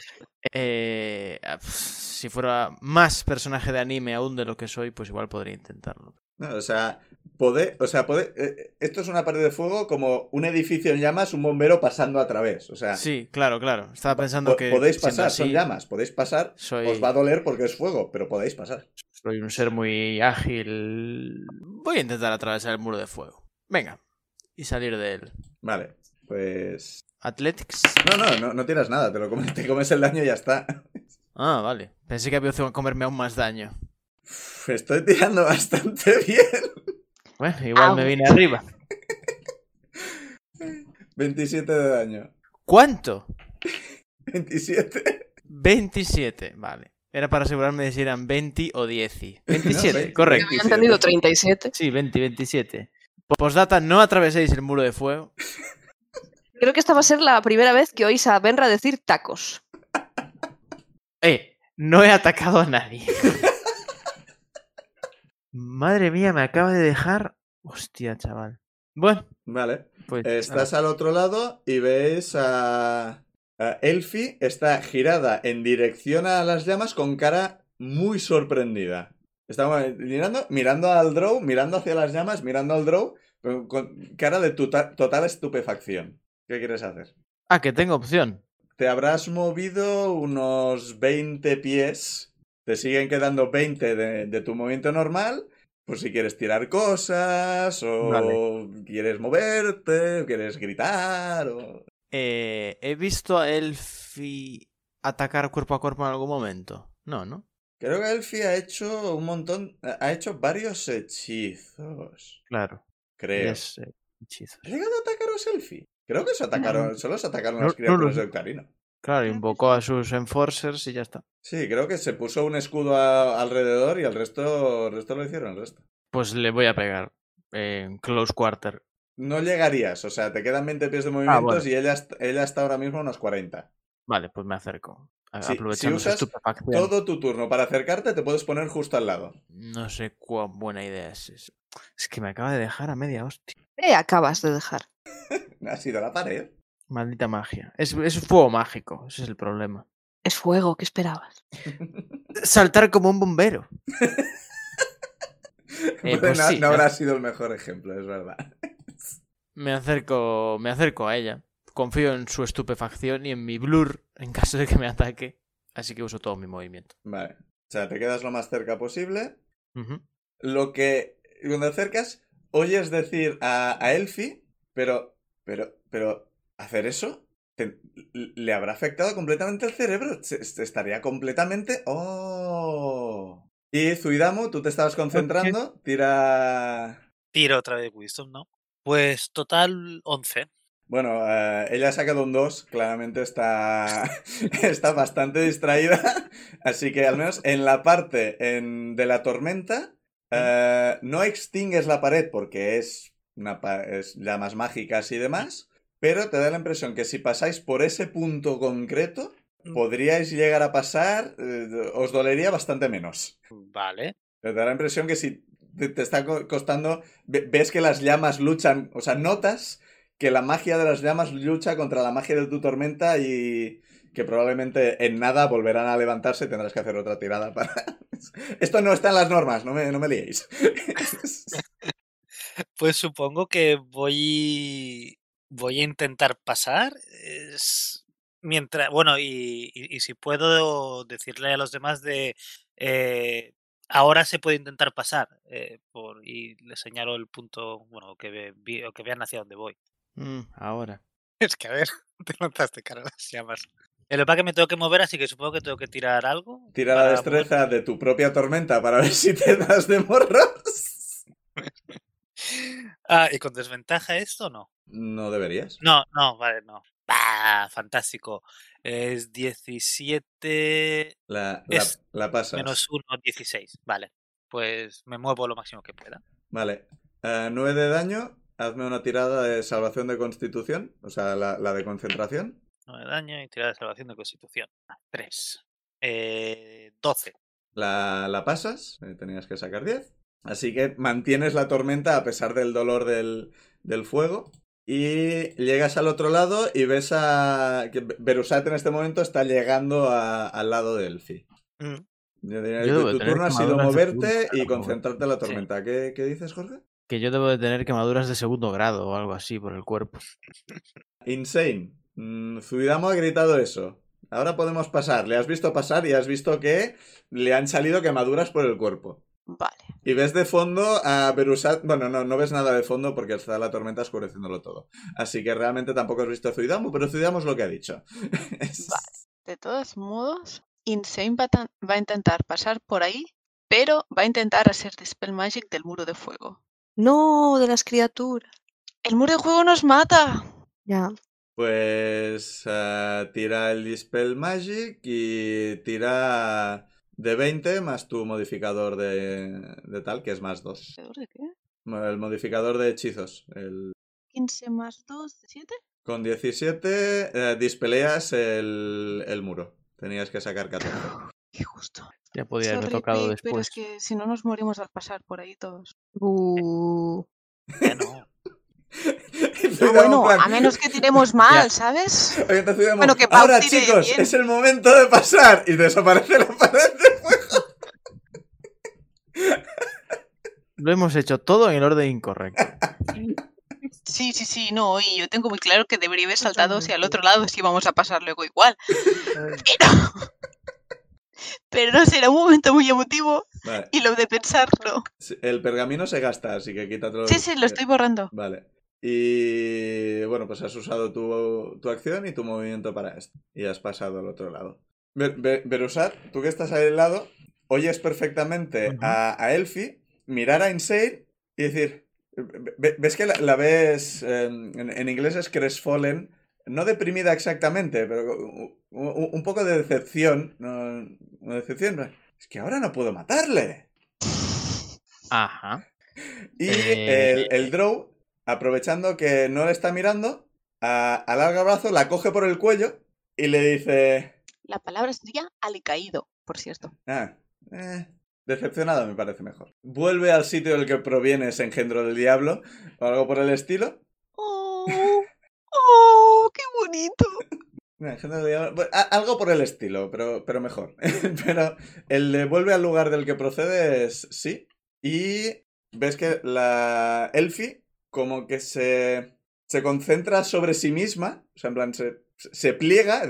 Speaker 5: Eh, ah, pf, si fuera más personaje de anime aún de lo que soy, pues igual podría intentarlo.
Speaker 1: No, o sea, pode, o sea pode- eh, esto es una pared de fuego como un edificio en llamas, un bombero pasando a través. O sea,
Speaker 5: Sí, claro, claro. Estaba pensando
Speaker 1: po-
Speaker 5: que.
Speaker 1: podéis
Speaker 5: siendo
Speaker 1: pasar, son
Speaker 5: así,
Speaker 1: llamas, podéis pasar.
Speaker 5: Soy,
Speaker 1: Os va a doler porque es fuego, pero podéis pasar.
Speaker 5: soy un ser muy ágil. Voy a intentar atravesar el muro de fuego. Venga. Y salir de él.
Speaker 1: Vale, pues...
Speaker 5: Athletics.
Speaker 1: No, no, no, no tiras nada, te, lo comes, te comes el daño y ya está.
Speaker 5: Ah, vale. Pensé que había opción a comerme aún más daño.
Speaker 1: Uf, Estoy tirando bastante bien.
Speaker 5: Bueno, igual me
Speaker 4: Ouch.
Speaker 5: vine arriba.
Speaker 1: 27 de daño.
Speaker 5: ¿Cuánto?
Speaker 1: 27.
Speaker 5: 27. Vale. Era para asegurarme de si eran 20 o 10.
Speaker 1: No,
Speaker 5: 27,
Speaker 1: veinte.
Speaker 5: correcto.
Speaker 2: Había
Speaker 1: 27.
Speaker 2: entendido 37.
Speaker 5: Sí, 20, 27. Postdata, no atraveséis el muro de fuego.
Speaker 2: Creo que esta va a ser la primera vez que oís a Benra decir tacos.
Speaker 5: Eh, no he atacado a nadie. Madre mía, me acaba de dejar. Hostia, chaval. Bueno,
Speaker 1: Vale.
Speaker 5: pues.
Speaker 1: Estás al otro lado y ves a... a Elfie está girada en dirección a las llamas con cara muy sorprendida. Estaba mirando, mirando al Drow, mirando hacia las llamas, mirando al Drow, pero con cara de tuta- total estupefacción. ¿Qué quieres hacer?
Speaker 5: Ah, que tengo opción.
Speaker 1: Te habrás movido unos 20 pies. Te siguen quedando 20 de, de tu movimiento normal. Pues si quieres tirar cosas, o quieres moverte, o quieres gritar, o...
Speaker 5: Eh, ¿He visto a Elfi atacar cuerpo a cuerpo en algún momento? No, ¿no?
Speaker 1: Creo que Elfi ha hecho un montón... Ha hecho varios hechizos,
Speaker 5: Claro.
Speaker 1: creo.
Speaker 5: Es, eh, hechizo.
Speaker 1: ¿Ha llegado a atacar a Selfie? Creo que se atacaron, solo se atacaron
Speaker 5: No,
Speaker 1: las
Speaker 5: no
Speaker 1: criaturas
Speaker 5: lo sé.
Speaker 1: de Ocarina.
Speaker 5: Claro, invocó a sus enforcers y ya está.
Speaker 1: Sí, creo que se puso un escudo a- alrededor y al resto, el resto lo hicieron, el resto.
Speaker 5: Pues le voy a pegar en close quarter.
Speaker 1: No llegarías, o sea, te quedan 20 pies de movimientos
Speaker 5: Ah, bueno.
Speaker 1: y ella, est- ella está ahora mismo a unos 40.
Speaker 5: Vale, pues me acerco. A-
Speaker 1: Sí, si
Speaker 5: Aprovechando su
Speaker 1: usas
Speaker 5: estupefacción.
Speaker 1: Todo tu turno para acercarte te puedes poner justo al lado.
Speaker 5: No sé cuán buena idea es esa. Es que me acaba de dejar a media hostia.
Speaker 2: Eh, acabas de dejar.
Speaker 1: Ha sido la pared.
Speaker 5: Maldita magia. Es, es fuego mágico, ese es el problema.
Speaker 2: Es fuego, ¿qué esperabas?
Speaker 5: Saltar como un bombero. Eh,
Speaker 1: Bueno,
Speaker 5: pues
Speaker 1: no,
Speaker 5: sí,
Speaker 1: no
Speaker 5: ya-
Speaker 1: habrá sido el mejor ejemplo, es verdad.
Speaker 5: Me acerco, me acerco a ella. Confío en su estupefacción y en mi blur en caso de que me ataque. Así que uso todo mi movimiento.
Speaker 1: Vale. O sea, te quedas lo más cerca posible.
Speaker 5: Ujú.
Speaker 1: lo que cuando acercas oyes decir a, a Elfi, pero, pero, pero, hacer eso te- le habrá afectado completamente el cerebro. Se- se estaría completamente. ¡Oh! Y Zuidamu, tú te estabas concentrando, tira.
Speaker 3: Tiro otra vez Wisdom, ¿no? Pues total 11.
Speaker 1: Bueno, eh, ella ha sacado un 2, claramente está, está bastante distraída, así que al menos en la parte en- de la tormenta eh, no extingues la pared porque es, una, pa- es llamas mágicas y demás, pero te da la impresión que si pasáis por ese punto concreto, podríais llegar a pasar, eh, os dolería bastante menos.
Speaker 3: Vale.
Speaker 1: Te da la impresión que si te, te está co- costando, ve- ves que las llamas luchan, o sea, notas que la magia de las llamas lucha contra la magia de tu tormenta y que probablemente en nada volverán a levantarse y tendrás que hacer otra tirada para... Esto no está en las normas, no me, no me liéis.
Speaker 3: Pues supongo que voy. Voy a intentar pasar. es- mientras. Bueno, y, y- y si puedo decirle a los demás de. eh, ahora se puede intentar pasar. eh, por, y le señalo el punto. Bueno, que, ve- vi- o que vean hacia dónde voy.
Speaker 5: Mm, ahora.
Speaker 3: Es que a ver, te lanzaste cara a las llamas. El que pasa es que me tengo que mover, así que supongo que tengo que tirar algo.
Speaker 1: Tira la
Speaker 3: para
Speaker 1: destreza de tu propia tormenta para ver si te das de morros.
Speaker 3: mover. Ah, ¿y con desventaja esto o no?
Speaker 1: No deberías.
Speaker 3: No, no, vale, no. ¡Bah! Fantástico. Es 17
Speaker 1: La, la-
Speaker 3: Es-
Speaker 1: la pasas.
Speaker 3: menos 1, 16. Vale. Pues me muevo lo máximo que pueda.
Speaker 1: Vale. Eh, 9 de daño. Hazme una tirada de salvación de constitución. O sea, la, la de concentración.
Speaker 3: 9 daño y tirada de salvación de constitución. 3. Eh, 12.
Speaker 1: La, la pasas. eh, tenías que sacar 10. Así que mantienes la tormenta a pesar del dolor del, del fuego. Y llegas al otro lado y ves a. que Be- Berusat en este momento está llegando a- al lado de Elfi.
Speaker 3: Mm.
Speaker 1: Yo diría
Speaker 5: Yo debo
Speaker 1: que tu
Speaker 5: tener
Speaker 1: turno ha sido
Speaker 5: quemaduras de
Speaker 1: moverte
Speaker 5: punta,
Speaker 1: y
Speaker 5: ¿no?
Speaker 1: concentrarte en la
Speaker 5: Sí.
Speaker 1: tormenta. ¿Qué, ¿Qué dices, Jorge?
Speaker 5: Que yo debo de tener quemaduras de segundo grado o algo así por el cuerpo.
Speaker 1: Insane. Mm, Zuidamo ha gritado eso. Ahora podemos pasar. Le has visto pasar y has visto que le han salido quemaduras por el cuerpo.
Speaker 4: Vale.
Speaker 1: Y ves de fondo a Berusat. Bueno, no, no ves nada de fondo porque está la tormenta oscureciéndolo todo. Así que realmente tampoco has visto a Zuidamo, pero Zuidamo es lo que ha dicho. Es-
Speaker 4: De todos modos, Insane va, tan- va a intentar pasar por ahí, pero va a intentar hacer Dispel Magic del muro de fuego.
Speaker 2: No, de las criaturas.
Speaker 4: ¡El muro de fuego nos mata!
Speaker 2: Ya.
Speaker 1: Pues eh, tira el Dispel Magic y tira de 20 más tu modificador de, de tal, que es más 2.
Speaker 4: ¿Alrededor de qué?
Speaker 1: El modificador de hechizos, el
Speaker 4: 15 más 2, 7.
Speaker 1: Con 17 eh, dispeleas el, el muro. Tenías que sacar 14.
Speaker 4: Qué justo.
Speaker 5: Ya podía haberme
Speaker 4: Sorry,
Speaker 5: tocado
Speaker 4: Pig, Pero
Speaker 5: después.
Speaker 4: es que si no nos morimos al pasar por ahí todos.
Speaker 2: Bu.
Speaker 3: Ya no.
Speaker 4: Ah, bueno, a menos que tiremos mal,
Speaker 5: Ya.
Speaker 4: ¿sabes?
Speaker 1: bueno,
Speaker 4: Bueno, que Pau
Speaker 1: Ahora,
Speaker 4: tire
Speaker 1: chicos,
Speaker 4: bien".
Speaker 1: es el momento de pasar. Y desaparece la pared de fuego.
Speaker 5: Lo hemos hecho todo en el orden incorrecto.
Speaker 4: Sí, sí, sí, no, y yo tengo muy claro que debería haber saltado hacia el otro lado si vamos a pasar luego igual. Pero, pero no será un momento muy emotivo
Speaker 1: Vale.
Speaker 4: y lo de pensarlo.
Speaker 1: Sí, El pergamino se gasta, así que quítatelo.
Speaker 4: Sí, sí, lo estoy borrando.
Speaker 1: Vale. Y bueno, pues has usado tu, tu acción y tu movimiento para esto. Y has pasado al otro lado. Ber- Ber- Berusat, tú que estás al lado, oyes perfectamente a, a Elfi mirar a Insane y decir, ve- ve- ves que la, la ves, eh, en, en inglés es crestfallen, no deprimida exactamente, pero u- u- un poco de decepción. ¿no? Una decepción. Es que ahora no puedo matarle.
Speaker 5: Ajá.
Speaker 1: Y
Speaker 5: Eh.
Speaker 1: el, el Drow, aprovechando que no le está mirando, a, a largo brazo la coge por el cuello y le dice...
Speaker 4: La palabra sería alicaído, por cierto.
Speaker 1: Ah, eh, decepcionado me parece mejor. Vuelve al sitio del que provienes, engendro del diablo, o algo por el estilo.
Speaker 4: ¡Oh! ¡Oh! ¡Qué bonito!
Speaker 1: No, engendro del diablo, bueno, a- algo por el estilo, pero, pero mejor. pero el de vuelve al lugar del que procedes, sí. Y ves que la Elfi como que se, se concentra sobre sí misma, o sea, en plan, se, se pliega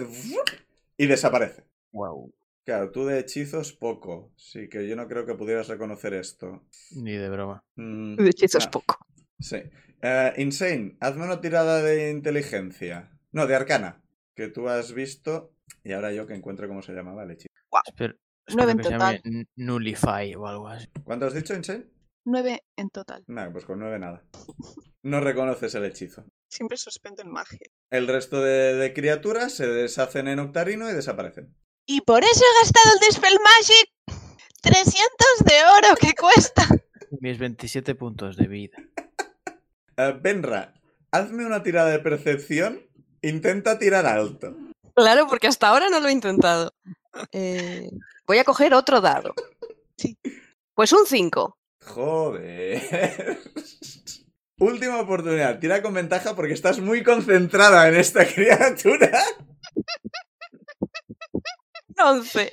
Speaker 1: y desaparece.
Speaker 5: Wow.
Speaker 1: Claro, tú de hechizos poco, sí que yo no creo que pudieras reconocer esto.
Speaker 5: Ni de broma.
Speaker 1: Mm,
Speaker 2: De hechizos
Speaker 1: no,
Speaker 2: poco.
Speaker 1: Sí. Eh, Insane, hazme una tirada de inteligencia. No, de arcana, que tú has visto y ahora yo que encuentro cómo se llamaba el hechizo.
Speaker 5: Espero,
Speaker 4: Nueve
Speaker 5: espero
Speaker 4: en
Speaker 5: que se llame N- Nullify o algo así.
Speaker 1: ¿Cuánto has dicho, Insane?
Speaker 4: Nueve en total.
Speaker 1: Nah, pues con nueve nada. No reconoces el hechizo.
Speaker 4: Siempre suspendo en magia.
Speaker 1: El resto de, de criaturas se deshacen en Octarino y desaparecen.
Speaker 4: Y por eso he gastado el de Spell Magic 300 de oro que cuesta.
Speaker 5: Mis 27 puntos de vida.
Speaker 1: Eh, Benra, hazme una tirada de percepción. Intenta tirar alto.
Speaker 2: Claro, porque hasta ahora no lo he intentado. Eh, voy a coger otro dado.
Speaker 4: Sí.
Speaker 2: Pues un 5.
Speaker 1: Joder. Última oportunidad. Tira con ventaja porque estás muy concentrada en esta criatura.
Speaker 2: 11.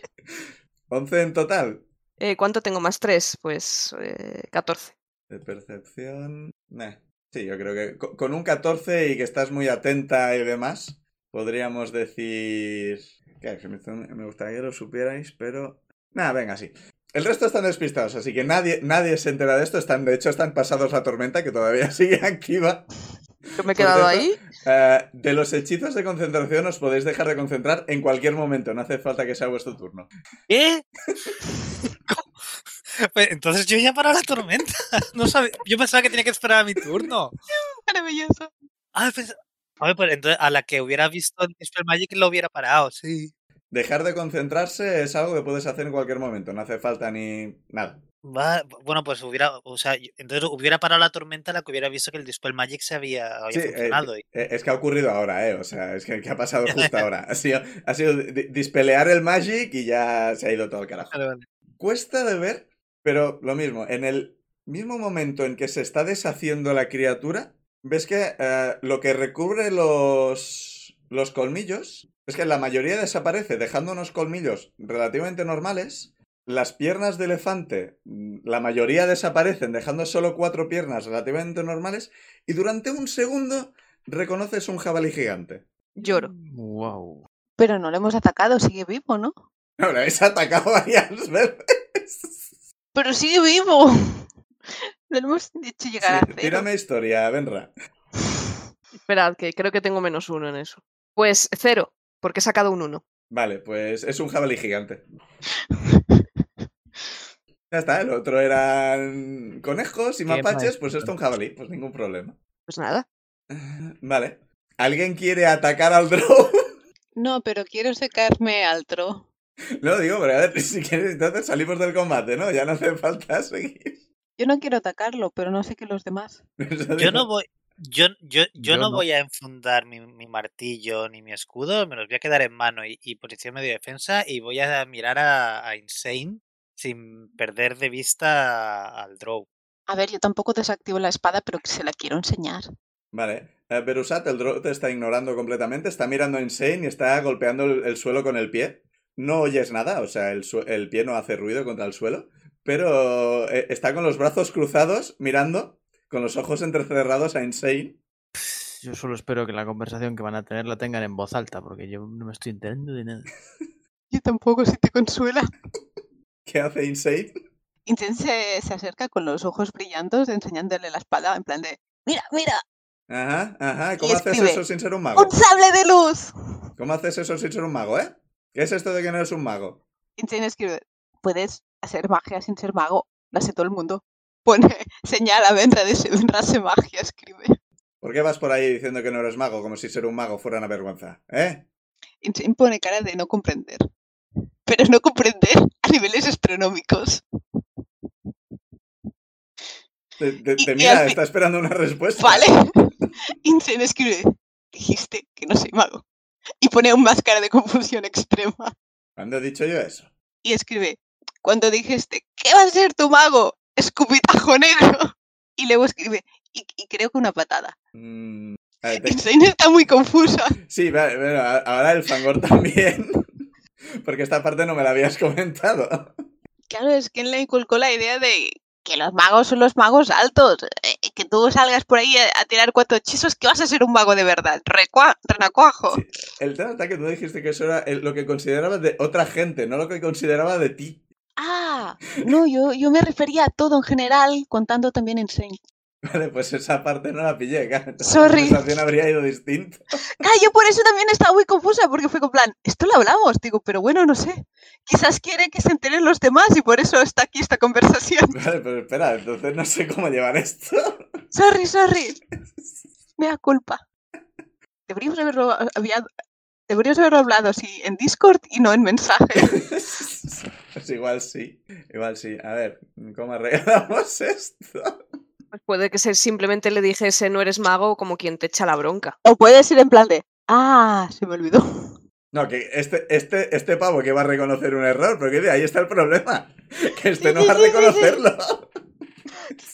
Speaker 1: 11 en total.
Speaker 2: Eh, ¿Cuánto tengo más 3? Pues eh, 14.
Speaker 1: De percepción. Nah. Sí, yo creo que co- con un 14 y que estás muy atenta y demás, podríamos decir. Claro, que me, me gustaría que lo supierais, pero. Nada, venga, sí. El resto están despistados, así que nadie, nadie se entera de esto. Están, de hecho, están pasados la tormenta que todavía sigue activa.
Speaker 2: Yo me he
Speaker 1: cierto,
Speaker 2: quedado ahí.
Speaker 1: Eh, de los hechizos de concentración os podéis dejar de concentrar en cualquier momento, no hace falta que sea vuestro turno.
Speaker 3: ¿Qué? ¿Cómo? Pues, Entonces yo ya parado la tormenta. No sabe- Yo pensaba que tenía que esperar a mi turno.
Speaker 4: Maravilloso.
Speaker 3: Ah, pens- A ver, pues entonces a la que hubiera visto en Spell Magic lo hubiera parado, sí.
Speaker 1: Dejar de concentrarse es algo que puedes hacer en cualquier momento, no hace falta ni nada.
Speaker 3: Va- bueno, pues hubiera, o sea, yo- entonces hubiera parado la tormenta a la que hubiera visto que el Dispel Magic se había, había
Speaker 1: Sí, eh,
Speaker 3: funcionado. y-
Speaker 1: Eh, Es que ha ocurrido ahora, ¿eh? O sea, es que, que ha pasado justo ahora. Ha sido, ha sido di- dispelear el Magic y ya se ha ido todo al carajo.
Speaker 3: Vale, vale.
Speaker 1: Cuesta de ver, pero lo mismo, en el mismo momento en que se está deshaciendo la criatura, ves que eh, lo que recubre los, los colmillos, es que la mayoría desaparece, dejando unos colmillos relativamente normales. Las piernas de elefante, mm, la mayoría desaparecen, dejando solo cuatro piernas relativamente normales. Y durante un segundo reconoces un jabalí gigante.
Speaker 2: Lloro.
Speaker 5: Wow.
Speaker 4: Pero no lo hemos atacado, sigue vivo, ¿no?
Speaker 1: Ahora, habéis atacado varias veces.
Speaker 4: Pero sigue vivo. No lo hemos hecho llegar
Speaker 1: Sí,
Speaker 4: a cero.
Speaker 1: tírame historia, Benra.
Speaker 2: Esperad, que creo que tengo menos uno en eso. Pues 0, porque he sacado un 1.
Speaker 1: Vale, pues es un jabalí gigante. Ya está, el otro eran conejos y
Speaker 5: Qué
Speaker 1: mapaches,
Speaker 5: maestro.
Speaker 1: pues esto un jabalí, pues ningún problema.
Speaker 2: Pues nada.
Speaker 1: Vale. ¿Alguien quiere atacar al drone?
Speaker 4: No, pero quiero secarme al tro.
Speaker 1: No, digo, pero a ver, si quieres, entonces salimos del combate, ¿no? Ya no hace falta seguir.
Speaker 4: Yo no quiero atacarlo, pero no sé que los demás.
Speaker 1: Eso
Speaker 3: Yo
Speaker 1: digo.
Speaker 3: no voy, yo, yo, yo
Speaker 5: Yo
Speaker 3: no,
Speaker 5: no.
Speaker 3: voy a enfundar mi, mi martillo ni mi escudo, me los voy a quedar en mano y, y posición medio defensa y voy a mirar a, a Insane sin perder de vista al draw.
Speaker 4: A ver, yo tampoco desactivo la espada, pero que se la quiero enseñar.
Speaker 1: Vale. Eh, Berusat, el drone te está ignorando completamente, está mirando a Insane y está golpeando el, el suelo con el pie. No oyes nada, o sea, el, sue- el pie no hace ruido contra el suelo, pero eh, está con los brazos cruzados, mirando, con los ojos entrecerrados a Insane.
Speaker 5: Yo solo espero que la conversación que van a tener la tengan en voz alta, porque yo no me estoy enterando de nada.
Speaker 4: Yo tampoco, si te consuela.
Speaker 1: ¿Qué hace Insane?
Speaker 4: Insane se, se acerca con los ojos brillantes, enseñándole la espada, en plan de: Mira, mira,
Speaker 1: Ajá, ajá.
Speaker 4: Y
Speaker 1: ¿Cómo haces
Speaker 4: escribe,
Speaker 1: eso sin ser un mago?
Speaker 4: un sable de luz.
Speaker 1: ¿Cómo haces eso sin ser un mago, eh? ¿Qué es esto de que no eres un mago?
Speaker 4: Insane escribe: Puedes hacer magia sin ser mago, lo hace todo el mundo. Pone, señala, Benra, dice: Benra hace magia, escribe.
Speaker 1: ¿Por qué vas por ahí diciendo que no eres mago, como si ser un mago fuera una vergüenza, eh?
Speaker 4: Insane pone cara de no comprender. Pero no comprender a niveles astronómicos.
Speaker 1: Te, te-
Speaker 4: Y-
Speaker 1: te
Speaker 4: y
Speaker 1: mira,
Speaker 4: al fin-
Speaker 1: está esperando una respuesta.
Speaker 4: Vale. Insane escribe, dijiste que no soy mago. Y pone aún más cara de confusión extrema.
Speaker 1: ¿Cuándo he dicho yo eso?
Speaker 4: Y escribe, cuando dijiste, ¿qué va a ser tu mago? Escupitajo negro. Y luego escribe, y, y creo que una patada.
Speaker 1: Mm, a ver, te-
Speaker 4: Insane está muy confusa.
Speaker 1: Sí, vale, bueno, a- ahora el fangor también. Porque esta parte no me la habías comentado.
Speaker 4: Claro, es que le inculcó la idea de que los magos son los magos altos. eh, que tú salgas por ahí a, a tirar cuatro hechizos que vas a ser un mago de verdad. Recua- Renacuajo.
Speaker 1: Sí. El tema está que tú dijiste que eso era el- lo que considerabas de otra gente, no lo que consideraba de ti.
Speaker 4: Ah, no, yo, yo me refería a todo en general, contando también Insane.
Speaker 1: Vale, pues esa parte no la pillé. claro.
Speaker 4: Sorry.
Speaker 1: La conversación habría ido distinta.
Speaker 4: Claro, Ah, yo por eso también estaba muy confusa, porque fue con plan, esto lo hablamos, digo, pero bueno, no sé. Quizás quiere que se enteren los demás y por eso está aquí esta conversación.
Speaker 1: Vale, pero espera, entonces no sé cómo llevar esto.
Speaker 4: Sorry, sorry. Me da culpa. Deberíamos haberlo, había- deberíamos haberlo hablado así en Discord y no en mensaje.
Speaker 1: Pues igual sí, igual sí. A ver, ¿cómo arreglamos esto?
Speaker 2: Pues puede que se simplemente le dijese no eres mago como quien te echa la bronca.
Speaker 4: O puede ser en plan de, ah, se me olvidó.
Speaker 1: No, que este, este, este pavo que va a reconocer un error, porque de ahí está el problema. Que este
Speaker 4: Sí,
Speaker 1: no
Speaker 4: sí,
Speaker 1: va a
Speaker 4: sí, sí, sí.
Speaker 1: reconocerlo.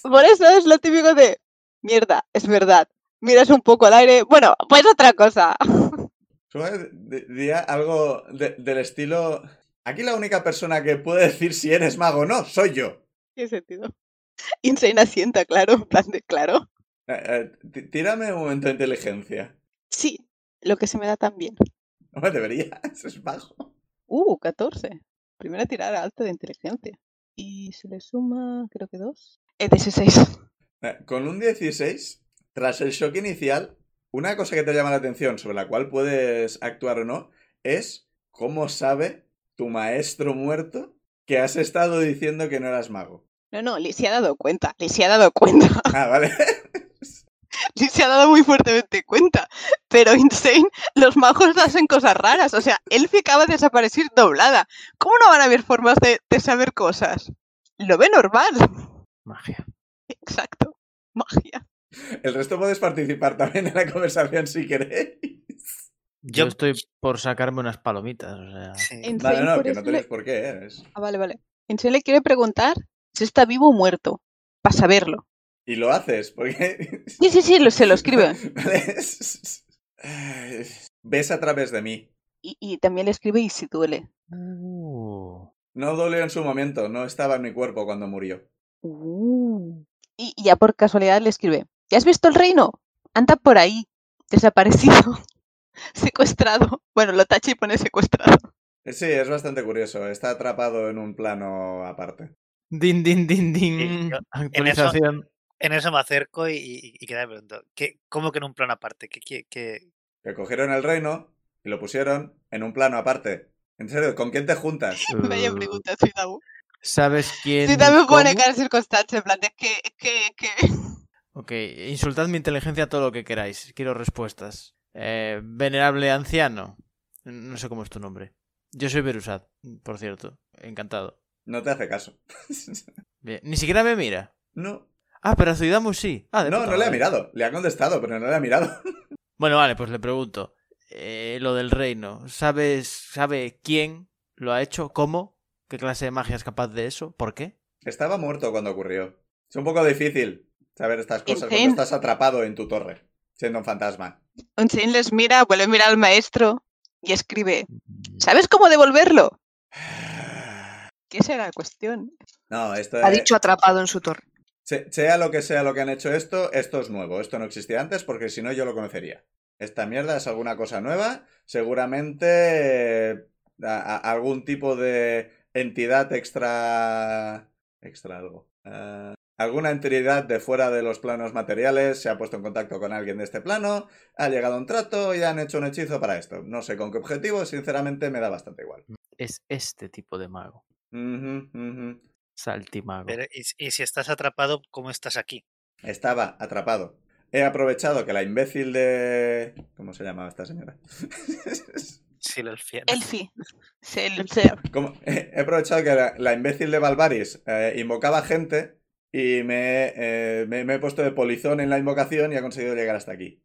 Speaker 4: Por eso es lo típico de, mierda, es verdad. Miras un poco al aire, bueno, pues otra cosa.
Speaker 1: Supongo que di- diría algo de- del estilo. Aquí la única persona que puede decir si eres mago o no, soy yo.
Speaker 4: ¿Qué sentido? Insane asienta, claro, en plan de, claro.
Speaker 1: Eh, eh, t- tírame un momento de inteligencia.
Speaker 4: Sí, lo que se me da también.
Speaker 1: Hombre, deberías, es mago.
Speaker 4: Uh, 14. Primera tirada alta de inteligencia. Y se le suma, creo que 2. Es 16.
Speaker 1: Eh, Con un 16, tras el shock inicial, una cosa que te llama la atención sobre la cual puedes actuar o no es cómo sabe tu maestro muerto que has estado diciendo que no eras mago.
Speaker 4: No, no, Liz se ha dado cuenta. Liz se ha dado cuenta.
Speaker 1: Ah, vale.
Speaker 4: Liz se ha dado muy fuertemente cuenta. Pero Insane, los magos hacen cosas raras. O sea, Elfie acaba de desaparecer doblada. ¿Cómo no van a haber formas de, de saber cosas? Lo ve normal.
Speaker 5: Magia.
Speaker 4: Exacto. Magia.
Speaker 1: El resto puedes participar también en la conversación si queréis.
Speaker 5: Yo,
Speaker 3: Yo-
Speaker 5: estoy por sacarme unas palomitas, o sea.
Speaker 3: Sí.
Speaker 4: En-
Speaker 1: Eh, Vale,
Speaker 4: Sí,
Speaker 1: no,
Speaker 4: por
Speaker 1: que no
Speaker 4: eso
Speaker 1: tenéis
Speaker 4: le-
Speaker 1: por qué. ¿eh? Es-
Speaker 4: Ah, vale, vale. Insane le quiere preguntar si está vivo o muerto. Para saberlo.
Speaker 1: Y lo haces, porque...
Speaker 4: Sí, sí, sí, lo- se lo escribe.
Speaker 1: Vale, es- Ay, Ves a través de mí.
Speaker 4: Y, y también le escribe y si duele.
Speaker 5: Uh,
Speaker 1: No dolió en su momento, no estaba en mi cuerpo cuando murió.
Speaker 2: Uh.
Speaker 4: Y, y ya por casualidad le escribe, ¿ya has visto el reino? Anda por ahí, desaparecido, secuestrado. Bueno, lo tacha y pone secuestrado.
Speaker 1: Sí, es bastante curioso. Está atrapado en un plano aparte.
Speaker 5: Din, din, din, din.
Speaker 3: Sí, yo-
Speaker 5: Actualización.
Speaker 3: En eso me acerco y, y, y que me pregunto, ¿qué, ¿cómo que en un plano aparte? ¿Qué, qué, qué?
Speaker 1: Que cogieron el reino y lo pusieron en un plano aparte. En serio, ¿con quién te juntas?
Speaker 4: Vaya
Speaker 5: Uh,
Speaker 4: pregunta, Cidabu.
Speaker 5: ¿Sabes quién?
Speaker 4: Cidabu pone
Speaker 5: cómo?
Speaker 4: cara circunstancia, en plan de que, que, que...
Speaker 5: Ok, insultad mi inteligencia todo lo que queráis. Quiero respuestas. Eh, venerable anciano. No sé cómo es tu nombre. Yo soy Berusad, por cierto. Encantado.
Speaker 1: No te hace caso.
Speaker 5: Bien. Ni siquiera me mira.
Speaker 1: No,
Speaker 5: Ah, pero a Zuidamu sí. Ah, de
Speaker 1: no,
Speaker 5: puta
Speaker 1: no le ha
Speaker 5: madre.
Speaker 1: mirado. Le ha contestado, pero no le ha mirado.
Speaker 5: Bueno, vale, pues le pregunto. Eh, lo del reino. ¿Sabes, ¿Sabe quién lo ha hecho? ¿Cómo? ¿Qué clase de magia es capaz de eso? ¿Por qué?
Speaker 1: Estaba muerto cuando ocurrió. Es un poco difícil saber estas cosas cuando
Speaker 4: Entiendo.
Speaker 1: estás atrapado en tu torre, siendo un fantasma.
Speaker 4: Unsane les mira, vuelve a
Speaker 5: Mm.
Speaker 4: mirar al maestro y escribe, ¿sabes cómo devolverlo? ¿Qué será la cuestión?
Speaker 1: No, esto
Speaker 2: Ha
Speaker 1: es-
Speaker 2: dicho atrapado en su torre.
Speaker 1: se- sea lo que sea lo que han hecho esto, esto es nuevo. Esto no existía antes porque si no yo lo conocería. Esta mierda es alguna cosa nueva. Seguramente eh, a- a- algún tipo de entidad extra... Extra algo. Ah, alguna entidad de fuera de los planos materiales se ha puesto en contacto con alguien de este plano, ha llegado a un trato y han hecho un hechizo para esto. No sé con qué objetivo, sinceramente me da bastante igual.
Speaker 5: Es este tipo de mago.
Speaker 1: Ujú, ujú.
Speaker 5: Saltimago.
Speaker 3: Pero, ¿y, si- y si estás atrapado, cómo estás aquí?
Speaker 1: Estaba atrapado. He aprovechado que la imbécil de... ¿Cómo se llamaba esta señora?
Speaker 3: Si el alfie-
Speaker 5: Pues
Speaker 4: Elfi. Sel-
Speaker 1: ¿Cómo? eh, He aprovechado que la, la imbécil de Balvaris eh, invocaba gente y me, eh, me, me he puesto de polizón en la invocación y ha conseguido llegar hasta aquí.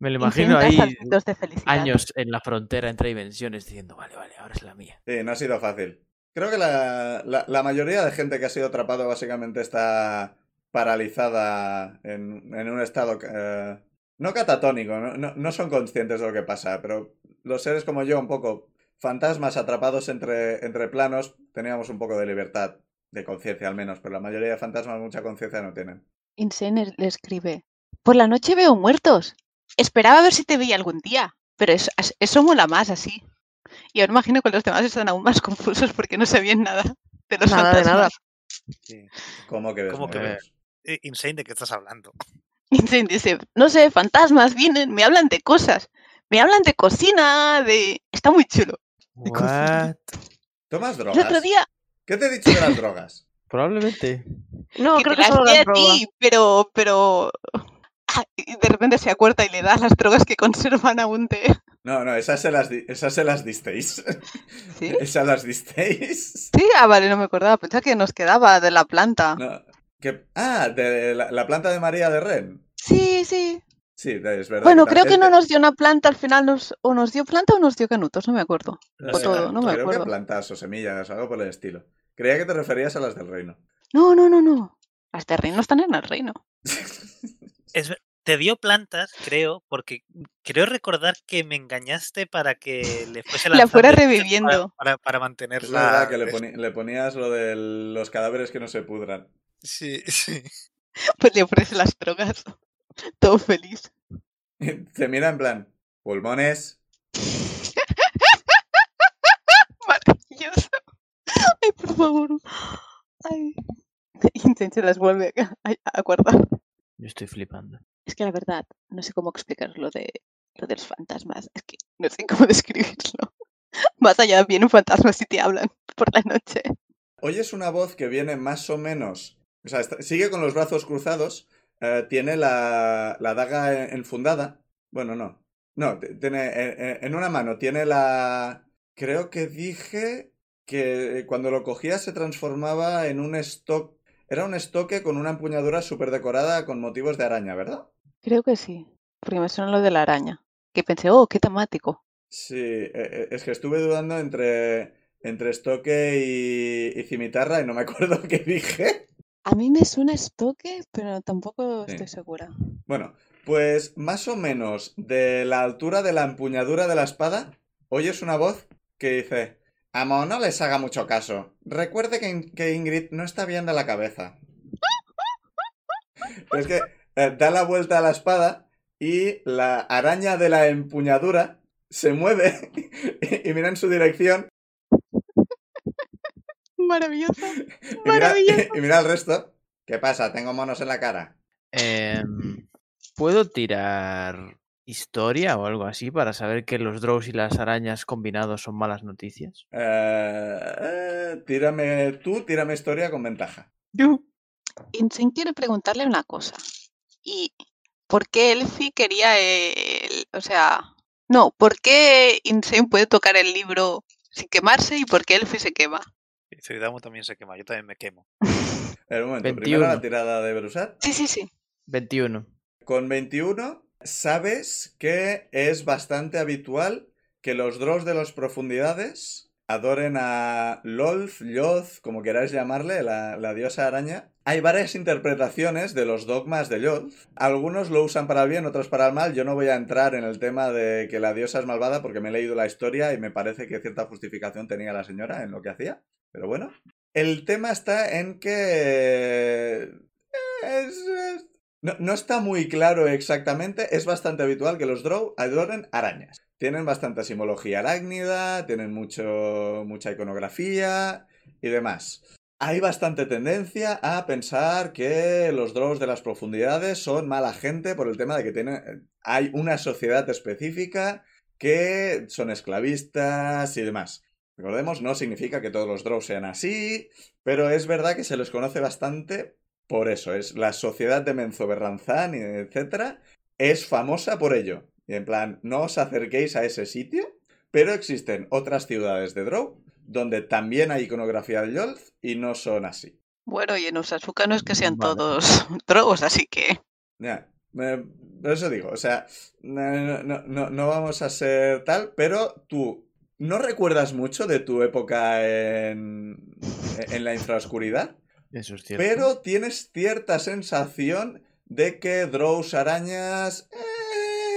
Speaker 5: Me lo imagino
Speaker 4: 500
Speaker 5: ahí
Speaker 4: saltitos de felicidad.
Speaker 5: años en la frontera entre dimensiones diciendo, vale, vale, ahora es la mía.
Speaker 1: Sí, no ha sido fácil. Creo que la, la- la mayoría de gente que ha sido atrapado básicamente está paralizada en, en un estado... eh, no catatónico, no, no- no son conscientes de lo que pasa, pero los seres como yo, un poco fantasmas atrapados entre, entre planos, teníamos un poco de libertad, de conciencia al menos, pero la mayoría de fantasmas mucha conciencia no tienen.
Speaker 4: Insane le- le escribe. Por la noche veo muertos. Esperaba ver si te veía algún día, pero es- as- eso mola más así. Y ahora imagino que los demás están aún más confusos porque no sabían nada de los
Speaker 2: Nada de nada.
Speaker 4: fantasmas.
Speaker 3: Sí.
Speaker 1: ¿Cómo que ves?
Speaker 3: ¿Cómo que
Speaker 1: modelos?
Speaker 3: Eh, Insane, ¿de qué estás hablando?
Speaker 4: Insane dice, no sé, fantasmas vienen, me hablan de cosas, me hablan de cocina, de... Está muy chulo.
Speaker 5: What?
Speaker 1: ¿Tomas drogas?
Speaker 4: El otro día
Speaker 1: ¿Qué te he dicho de las drogas?
Speaker 5: Probablemente.
Speaker 2: No,
Speaker 4: que
Speaker 2: creo
Speaker 4: te
Speaker 2: que
Speaker 4: las
Speaker 2: solo
Speaker 4: dé
Speaker 2: la
Speaker 4: a ti, pero, pero... Ah, y de repente se acuerda y le da las drogas que conservan aún de...
Speaker 1: No, no, esas se las, di- esas se las disteis.
Speaker 4: ¿Sí?
Speaker 1: Esas las disteis.
Speaker 4: Sí, ah, vale, no me acordaba. Pensaba que nos quedaba de la planta.
Speaker 1: No, que- ah, de la, la planta de María de Ren.
Speaker 4: Sí, sí.
Speaker 1: Sí, es verdad.
Speaker 4: Bueno,
Speaker 1: tam-
Speaker 4: creo que
Speaker 1: es
Speaker 4: no nos dio una planta al final, nos, o nos dio planta o nos dio canutos, no me acuerdo.
Speaker 1: no
Speaker 4: o
Speaker 1: sé,
Speaker 4: todo, no me
Speaker 1: creo
Speaker 4: acuerdo.
Speaker 1: que plantas o semillas o algo por el estilo. Creía que te referías a las del reino.
Speaker 4: No, no, no, no. Las de reino están en el reino.
Speaker 3: Es ver- te dio plantas, creo, porque mm, creo recordar que me engañaste para que le fuese
Speaker 4: La fuera
Speaker 3: lanzando hechizos
Speaker 4: reviviendo.
Speaker 3: Para, para, para
Speaker 1: Es
Speaker 3: mantenerla.
Speaker 1: verdad que le, poni- le ponías lo de los cadáveres que no se pudran.
Speaker 3: Sí, sí.
Speaker 4: Pues le ofrece las drogas. Todo feliz.
Speaker 1: Te mira en plan, pulmones.
Speaker 4: Maravilloso. Ay, por favor. Ay. Insane se las vuelve a, a guardar.
Speaker 5: Yo estoy flipando.
Speaker 4: Es que la verdad, no sé cómo explicar lo de, lo de los fantasmas. Es que no sé cómo describirlo. Más allá viene un fantasma si te hablan por la noche.
Speaker 1: Oyes una voz que viene más o menos. O sea, está- sigue con los brazos cruzados. eh, tiene la, la daga en- enfundada. Bueno, no. No, t- tiene eh, eh, en una mano tiene la. Creo que dije que cuando lo cogía se transformaba en un stock. Era un estoque con una empuñadura súper decorada con motivos de araña, ¿verdad?
Speaker 4: Creo que sí, porque me suena lo de la araña. Que pensé, oh, qué temático.
Speaker 1: Sí, eh, eh, es que estuve dudando entre, entre estoque y, y cimitarra y no me acuerdo qué dije.
Speaker 4: A mí me suena estoque, pero tampoco
Speaker 1: Sí.
Speaker 4: estoy segura.
Speaker 1: Bueno, pues más o menos de la altura de la empuñadura de la espada, oyes una voz que dice: Amo, no les haga mucho caso. Recuerde que, In- que Ingrid no está bien de la cabeza. Pero es que eh, da la vuelta a la espada y la araña de la empuñadura se mueve y, y mira en su dirección
Speaker 4: Maravilloso.
Speaker 1: y mira,
Speaker 4: Maravilloso.
Speaker 1: y mira al resto. ¿Qué pasa? Tengo monos en la cara.
Speaker 5: Em, ¿Puedo tirar historia o algo así para saber que los drows y las arañas combinados son malas noticias?
Speaker 1: Eh, eh, tírame tú, tírame historia con ventaja.
Speaker 4: Insane quiere preguntarle una cosa. ¿Y por qué Elfi quería el... O sea... No, ¿por qué Insane puede tocar el libro sin quemarse y por qué Elfi se quema?
Speaker 3: Y Zuidamu también se quema, yo también me quemo.
Speaker 1: Pero un momento,
Speaker 5: 21.
Speaker 1: primero la tirada de Brusat.
Speaker 4: Sí, sí, sí.
Speaker 5: 21.
Speaker 1: Con 21, sabes que es bastante habitual que los drows de las profundidades adoren a Lolf, Yoth, como queráis llamarle, la, la diosa araña. Hay varias interpretaciones de los dogmas de Lolf. Algunos lo usan para el bien, otros para el mal. Yo no voy a entrar en el tema de que la diosa es malvada porque me he leído la historia y me parece que cierta justificación tenía la señora en lo que hacía. Pero bueno. El tema está en que... es- es- No, no está muy claro exactamente. Es bastante habitual que los Drow adoren arañas. Tienen bastante simbología arácnida, tienen mucho, mucha iconografía y demás. Hay bastante tendencia a pensar que los Drows de las profundidades son mala gente por el tema de que tienen, hay una sociedad específica que son esclavistas y demás. Recordemos, no significa que todos los Drow sean así, pero es verdad que se les conoce bastante por eso. Es la sociedad de Menzo Berranzán, etcétera, es famosa por ello. Y en plan, no os acerquéis a ese sitio, pero existen otras ciudades de Drow donde también hay iconografía de Yolf y no son así.
Speaker 4: Bueno, y en Osazuka no es que sean
Speaker 3: Vale.
Speaker 4: todos drogos, así que.
Speaker 1: Ya, eh, por eso digo, o sea, no, no- no- no vamos a ser tal, pero tú no recuerdas mucho de tu época en, en la infraoscuridad.
Speaker 5: Eso es cierto.
Speaker 1: Pero tienes cierta sensación de que Drows arañas.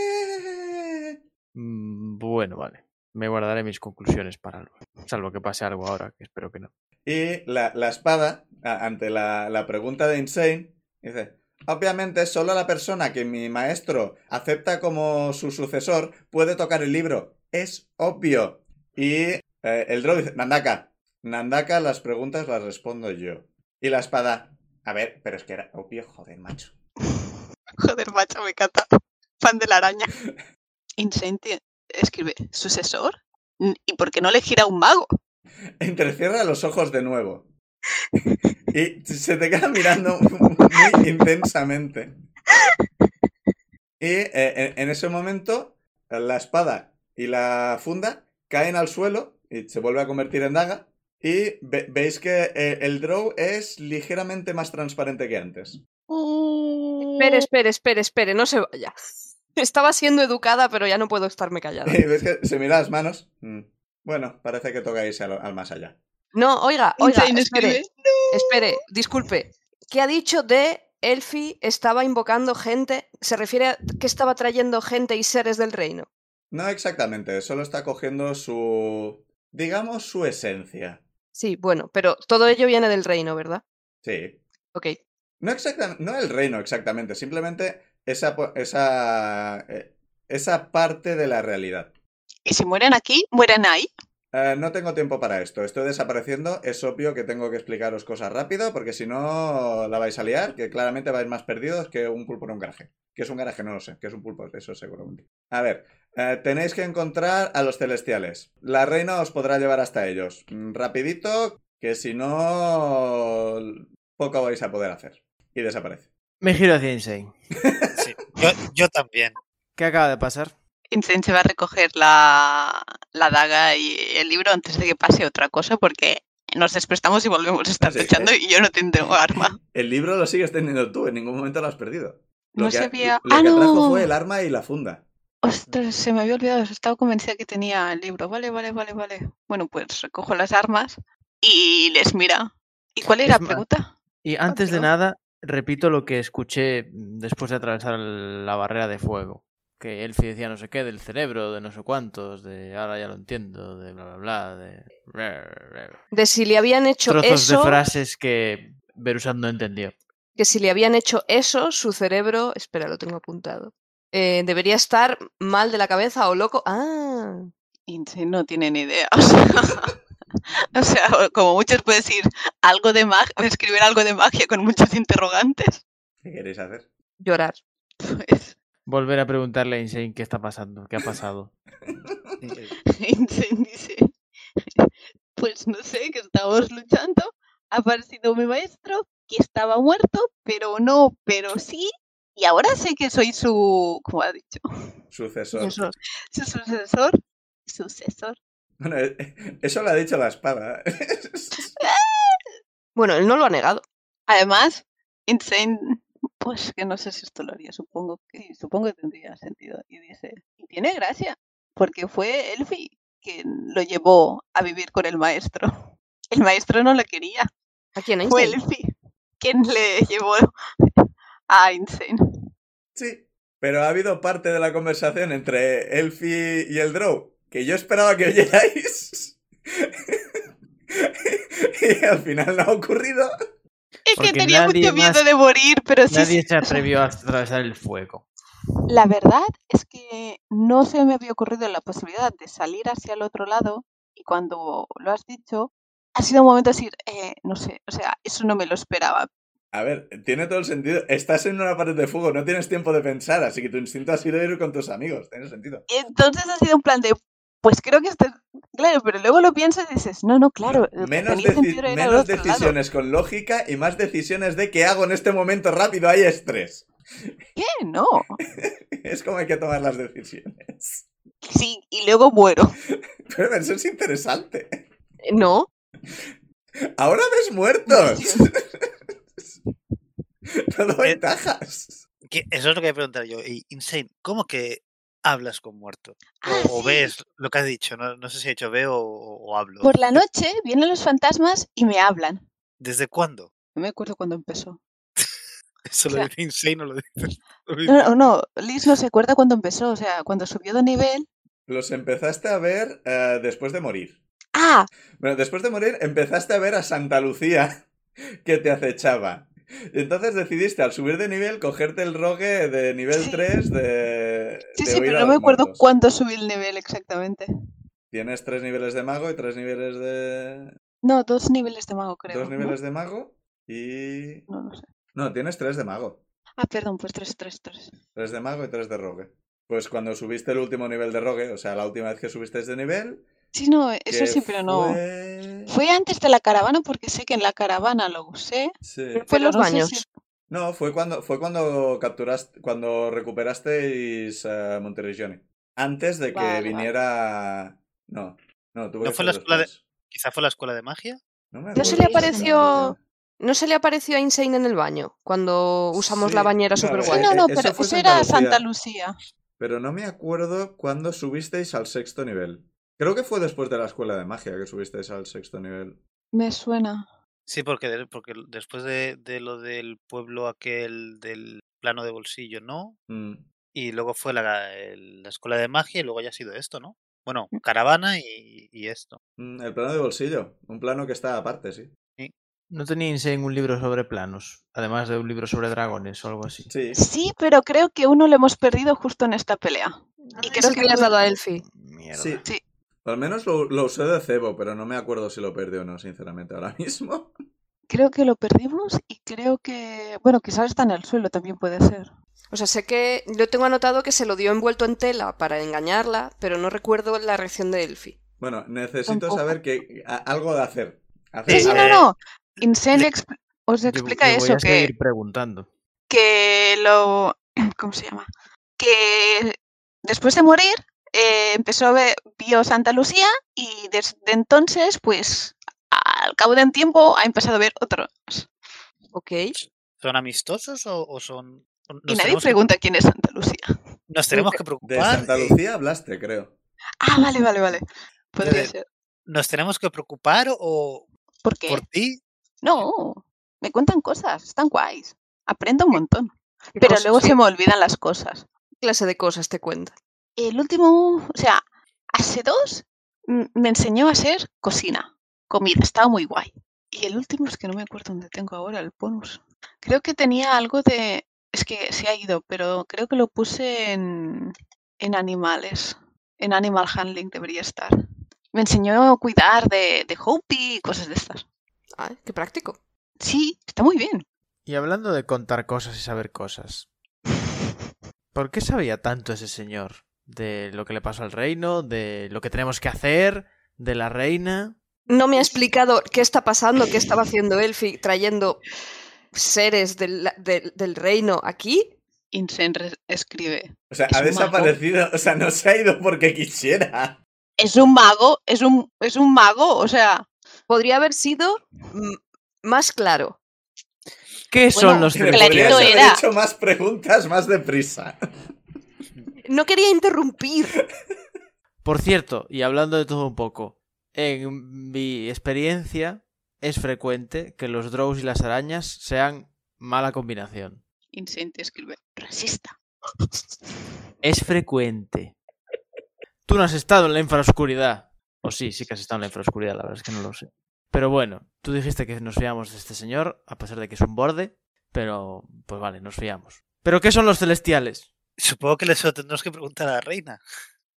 Speaker 1: eh,
Speaker 5: Mm, Bueno, vale. Me guardaré mis conclusiones para luego. Salvo que pase algo ahora, que espero que no.
Speaker 1: Y la, la espada, a- ante la, la pregunta de Insane, dice: Obviamente, solo la persona que mi maestro acepta como su sucesor puede tocar el libro. Es obvio. Y eh, el Drow dice: Nandaka. Nandaka, las preguntas las respondo yo. Y la espada. A ver, pero es que era obvio, joder, macho.
Speaker 4: Joder, macho, me encanta. Fan de la araña. Insane escribe: ¿sucesor? N- ¿Y por qué no le gira un mago?
Speaker 1: Entrecierra los ojos de nuevo. Y se te queda mirando muy intensamente. Y eh, en- en ese momento, la espada y la funda caen al suelo y se vuelve a convertir en daga. Y ve- veis que eh, el draw es ligeramente más transparente que antes.
Speaker 2: Espere, espere, espere, espere, no se vaya. Estaba siendo educada, pero ya no puedo estarme callada.
Speaker 1: Y veis que se mira las manos. Mm. Bueno, parece que toca irse al, al más allá.
Speaker 2: No, oiga, oiga,
Speaker 4: Insane
Speaker 2: espere,
Speaker 4: escribe:
Speaker 2: espere, disculpe. ¿Qué ha dicho de Elfi estaba invocando gente? Se refiere a que estaba trayendo gente y seres del reino.
Speaker 1: No exactamente, solo está cogiendo su... digamos su esencia.
Speaker 2: Sí, bueno, pero todo ello viene del reino, ¿verdad?
Speaker 1: Sí.
Speaker 2: Ok.
Speaker 1: No exactamente, no el reino exactamente, simplemente esa, po- esa, eh, esa parte de la realidad.
Speaker 4: ¿Y si mueren aquí, mueren ahí?
Speaker 1: Eh, no tengo tiempo para esto, estoy desapareciendo, es obvio que tengo que explicaros cosas rápido porque si no la vais a liar, que claramente vais más perdidos que un pulpo en un garaje. Que es un garaje, no lo sé, que es un pulpo, eso seguramente. A ver, eh, tenéis que encontrar a los celestiales. La reina os podrá llevar hasta ellos. Mm, Rapidito, que si no, poco vais a poder hacer. Y desaparece.
Speaker 5: Me giro hacia Insane.
Speaker 3: Sí, yo, yo también.
Speaker 5: ¿Qué acaba de pasar?
Speaker 4: Insane se va a recoger la, la daga y el libro antes de que pase otra cosa porque nos desprestamos y volvemos a estar
Speaker 1: Sí. eh.
Speaker 4: luchando y yo no tengo arma.
Speaker 1: El libro lo sigues teniendo tú, en ningún momento lo has perdido. Lo
Speaker 4: No
Speaker 1: que,
Speaker 4: sabía-
Speaker 1: Lo
Speaker 4: ¡Ah,
Speaker 1: que atrajo
Speaker 4: no!
Speaker 1: fue el arma y la funda.
Speaker 4: Ostras, se me había olvidado, estaba convencida que tenía el libro. Vale, vale, vale, vale. Bueno, pues recojo las armas y les mira. ¿Y cuál era
Speaker 5: Es
Speaker 4: la
Speaker 5: ma-
Speaker 4: pregunta?
Speaker 5: Y antes de
Speaker 4: Dios.
Speaker 5: nada, repito lo que escuché mm, después de atravesar el- la barrera de fuego. Que Elfi decía no sé qué, del cerebro, de no sé cuántos, de ahora ya lo entiendo, de bla bla bla, de...
Speaker 2: De si le habían hecho
Speaker 5: Trozos
Speaker 2: eso,
Speaker 5: de frases que Berusat no entendió.
Speaker 2: que si le habían hecho eso, su cerebro, espera, lo tengo apuntado, eh, debería estar mal de la cabeza o loco. Ah,
Speaker 4: Insane no tiene ni idea. O sea, o sea, o- como muchos puede decir algo de magia, escribir algo de magia con muchos interrogantes.
Speaker 1: ¿Qué queréis hacer?
Speaker 2: llorar.
Speaker 4: Pues
Speaker 5: Volver a preguntarle a Insane qué está pasando, qué ha pasado.
Speaker 4: Insane dice, pues no sé, que estamos luchando. Ha aparecido mi maestro, que estaba muerto, pero no, pero sí. Y ahora sé que soy su, como ha dicho,
Speaker 1: Sucesor.
Speaker 4: sucesor. Su sucesor. Sucesor.
Speaker 1: Bueno, eh, eso lo ha dicho la espada.
Speaker 2: Bueno, él no lo ha negado.
Speaker 4: Además, Insane, pues que no sé si esto lo haría, supongo que, supongo que tendría sentido. Y dice, y tiene gracia, porque fue Elfi quien lo llevó a vivir con el maestro. El maestro no lo quería.
Speaker 2: ¿A quién?
Speaker 4: Fue
Speaker 2: Einstein?
Speaker 4: Elfi quien le llevó a Insane.
Speaker 1: sí. Pero ha habido parte de la conversación entre Elfi y el Drow que yo esperaba que oyerais. y al final no ha ocurrido.
Speaker 4: Es
Speaker 5: Porque
Speaker 4: que tenía
Speaker 5: nadie
Speaker 4: mucho miedo
Speaker 5: más-
Speaker 4: de morir, pero sí.
Speaker 5: Nadie
Speaker 4: sí.
Speaker 5: se atrevió a atravesar el fuego.
Speaker 4: La verdad es que no se me había ocurrido la posibilidad de salir hacia el otro lado y cuando lo has dicho, ha sido un momento de decir, eh, no sé, o sea, eso no me lo esperaba.
Speaker 1: A ver, tiene todo el sentido. Estás en una pared de fuego, no tienes tiempo de pensar, así que tu instinto ha sido ir con tus amigos. Tiene sentido.
Speaker 4: Entonces ha sido un plan de, pues creo que este... Claro, pero luego lo piensas y dices, no, no, claro. lo que
Speaker 1: Menos,
Speaker 4: tenía
Speaker 1: deci-
Speaker 4: sentido era ir al
Speaker 1: menos
Speaker 4: otro lado".
Speaker 1: decisiones con lógica y más decisiones de qué hago en este momento rápido. Hay estrés.
Speaker 4: ¿Qué? Eh, No.
Speaker 1: Es como hay que tomar las decisiones.
Speaker 4: Sí, y luego muero.
Speaker 1: Pero eso es interesante.
Speaker 2: Eh, No,
Speaker 1: Ahora ves muertos. Todo
Speaker 3: Eh,
Speaker 1: ventajas.
Speaker 3: Que Eso es lo que voy a preguntar yo. Y Insane, ¿cómo que hablas con muertos? O,
Speaker 4: Ah,
Speaker 3: o
Speaker 4: sí.
Speaker 3: ves lo que has dicho. No, no sé si he dicho veo o, o hablo.
Speaker 4: Por la noche vienen los fantasmas y me hablan.
Speaker 3: ¿Desde cuándo?
Speaker 4: No me acuerdo cuándo empezó.
Speaker 3: Eso lo
Speaker 4: Claro.
Speaker 3: dice Insane o lo dice. lo dice-
Speaker 4: No, no, no, Liz no se acuerda cuándo empezó, o sea, cuando subió de nivel.
Speaker 1: Los empezaste a ver eh, después de morir.
Speaker 4: Ah,
Speaker 1: Bueno, después de morir empezaste a ver a Santa Lucía que te acechaba. Y entonces decidiste al subir de nivel cogerte el rogue de nivel
Speaker 4: Sí.
Speaker 1: 3 de...
Speaker 4: sí,
Speaker 1: de
Speaker 4: sí,
Speaker 1: huir
Speaker 4: pero
Speaker 1: a
Speaker 4: no me
Speaker 1: los
Speaker 4: acuerdo
Speaker 1: muertos.
Speaker 4: cuándo subí el nivel exactamente.
Speaker 1: Tienes tres niveles de mago y tres niveles de...
Speaker 4: No, dos niveles de mago, creo.
Speaker 1: Dos
Speaker 4: ¿no?
Speaker 1: niveles de mago y...
Speaker 4: No, no sé.
Speaker 1: No, tienes tres de mago.
Speaker 4: Ah, perdón, pues tres, tres, tres.
Speaker 1: Tres de mago y tres de rogue. Pues cuando subiste el último nivel de rogue, o sea, la última vez que subiste de nivel...
Speaker 4: Sí, no, eso
Speaker 1: que
Speaker 4: sí, pero no.
Speaker 1: fue-
Speaker 4: Fue antes de la caravana porque sé que en la caravana lo usé.
Speaker 1: Sí.
Speaker 2: fue en
Speaker 4: pero
Speaker 2: los
Speaker 4: no sé
Speaker 2: baños.
Speaker 4: si-
Speaker 1: No, fue cuando, fue cuando capturaste, cuando recuperasteis a Monterrey Antes de que
Speaker 4: Vale, vale.
Speaker 1: viniera. No, no, tuvo
Speaker 3: ¿No
Speaker 1: que
Speaker 3: fue
Speaker 1: ser
Speaker 3: la escuela de-
Speaker 1: después.
Speaker 3: Quizá fue la escuela de magia.
Speaker 1: No, me
Speaker 4: ¿No
Speaker 1: acuerdo
Speaker 4: se le
Speaker 1: si fue la
Speaker 4: apareció-
Speaker 1: escuela
Speaker 2: no se le apareció a Insane en el baño cuando usamos la
Speaker 1: Sí, no,
Speaker 2: bañera
Speaker 1: a
Speaker 2: super
Speaker 1: ver,
Speaker 4: Sí,
Speaker 2: guay.
Speaker 1: eh,
Speaker 4: no, no,
Speaker 1: eh,
Speaker 4: pero
Speaker 1: eso fue
Speaker 4: eso
Speaker 1: Santa
Speaker 4: era
Speaker 1: Lucía.
Speaker 4: Santa Lucía.
Speaker 1: de magia. Pero no me acuerdo cuándo subisteis al sexto nivel. Creo que fue después de la escuela de magia que subisteis al sexto nivel.
Speaker 4: Me suena.
Speaker 3: Sí, porque, de- porque después de, de lo del pueblo aquel del plano de bolsillo, ¿no?
Speaker 1: Mm.
Speaker 3: Y luego fue la, el- la escuela de magia y luego ya ha sido esto, ¿no? Bueno,
Speaker 2: Mm.
Speaker 3: caravana y, y esto.
Speaker 1: Mm, El plano de bolsillo. Un plano que está aparte, sí.
Speaker 5: No tenía Insane un libro sobre planos, además de un libro sobre dragones o algo así.
Speaker 1: Sí.
Speaker 4: Sí, pero creo que uno lo hemos perdido justo en esta pelea.
Speaker 2: Y
Speaker 4: creo
Speaker 2: que es el
Speaker 4: que
Speaker 2: que le has
Speaker 4: no-
Speaker 2: dado a Elfi.
Speaker 5: Mierda.
Speaker 1: Sí.
Speaker 4: Sí.
Speaker 1: Al menos lo, lo usé de cebo, pero no me acuerdo si lo perdí o no, sinceramente, ahora mismo.
Speaker 4: Creo que lo perdimos y creo que. Bueno, quizás está en el suelo, también puede ser.
Speaker 2: O sea, sé que yo tengo anotado que se lo dio envuelto en tela para engañarla, pero no recuerdo la reacción de Elfi.
Speaker 1: Bueno, necesito
Speaker 4: Tampoco.
Speaker 1: saber que a- algo de hacer. Hacer
Speaker 4: Sí, sí, no,
Speaker 3: eh,
Speaker 4: no. Insane
Speaker 3: le-
Speaker 4: exp- os
Speaker 5: Yo-
Speaker 4: explica
Speaker 5: yo
Speaker 4: eso,
Speaker 5: voy a
Speaker 4: que,
Speaker 5: seguir preguntando.
Speaker 4: que lo. ¿Cómo se llama? Que después de morir eh, empezó a ver, vio Santa Lucía y desde entonces, pues al cabo de un tiempo ha empezado a ver otros.
Speaker 2: ¿Ok?
Speaker 3: ¿Son amistosos o, o son.? Nos
Speaker 4: Y nadie
Speaker 3: tenemos que-
Speaker 4: pregunta quién es Santa Lucía.
Speaker 3: nos tenemos
Speaker 2: que-
Speaker 3: que
Speaker 1: De
Speaker 3: preocupar.
Speaker 1: Santa
Speaker 3: eh,
Speaker 1: Lucía hablaste, creo.
Speaker 4: Ah, vale, vale, vale. Podría
Speaker 3: de-
Speaker 4: ser.
Speaker 3: ¿Nos tenemos que preocupar o
Speaker 4: ¿Por qué?
Speaker 3: por ti?
Speaker 4: No, me cuentan cosas, están guays. Aprendo
Speaker 3: Eh,
Speaker 4: un montón.
Speaker 2: ¿Qué
Speaker 4: Pero
Speaker 2: cosas?
Speaker 4: luego
Speaker 2: ¿Qué
Speaker 4: se me olvidan las cosas.
Speaker 2: clase de cosas te cuenta?
Speaker 4: El último, o sea, hace dos mm, me enseñó a hacer cocina, comida, estaba muy guay. Y el último es que no me acuerdo dónde tengo ahora el bonus. Creo que tenía algo de... Es que se ha ido, pero creo que lo puse en, en animales. En animal handling debería estar. Me enseñó a cuidar de, de Hopi y cosas de estas.
Speaker 2: Ah, qué práctico.
Speaker 4: Sí, está muy bien.
Speaker 5: Y hablando de contar cosas y saber cosas, ¿por qué sabía tanto ese señor? De lo que le pasó al reino, de lo que tenemos que hacer, de la reina.
Speaker 2: No me ha explicado qué está pasando, qué estaba haciendo Elfi trayendo seres del, del- del reino aquí.
Speaker 4: Insen re- escribe.
Speaker 1: O sea,
Speaker 4: Es
Speaker 1: ha
Speaker 4: un mago.
Speaker 1: desaparecido, o sea, no se ha ido porque quisiera.
Speaker 4: Es un mago, es un, es un mago, o sea,
Speaker 2: Podría haber sido mm, más claro.
Speaker 5: ¿Qué son
Speaker 4: Bueno,
Speaker 5: los
Speaker 1: Le
Speaker 4: Pues
Speaker 1: podrías
Speaker 4: Clarito
Speaker 5: centauros?
Speaker 1: haber
Speaker 4: era.
Speaker 1: hecho más preguntas más deprisa.
Speaker 2: No quería interrumpir.
Speaker 5: Por cierto, y hablando de todo un poco, en mi experiencia es frecuente que los drows y las arañas sean mala combinación.
Speaker 4: Insen te escribe, racista.
Speaker 5: Es frecuente. Tú no has estado en la infraoscuridad. O sí, sí que has estado en la infraoscuridad, la verdad es que no lo sé. Pero bueno, tú dijiste que nos fiamos de este señor, a pesar de que es un borde, pero pues vale, nos fiamos. ¿Pero qué son los celestiales?
Speaker 3: Supongo que eso tendremos que preguntar a la reina.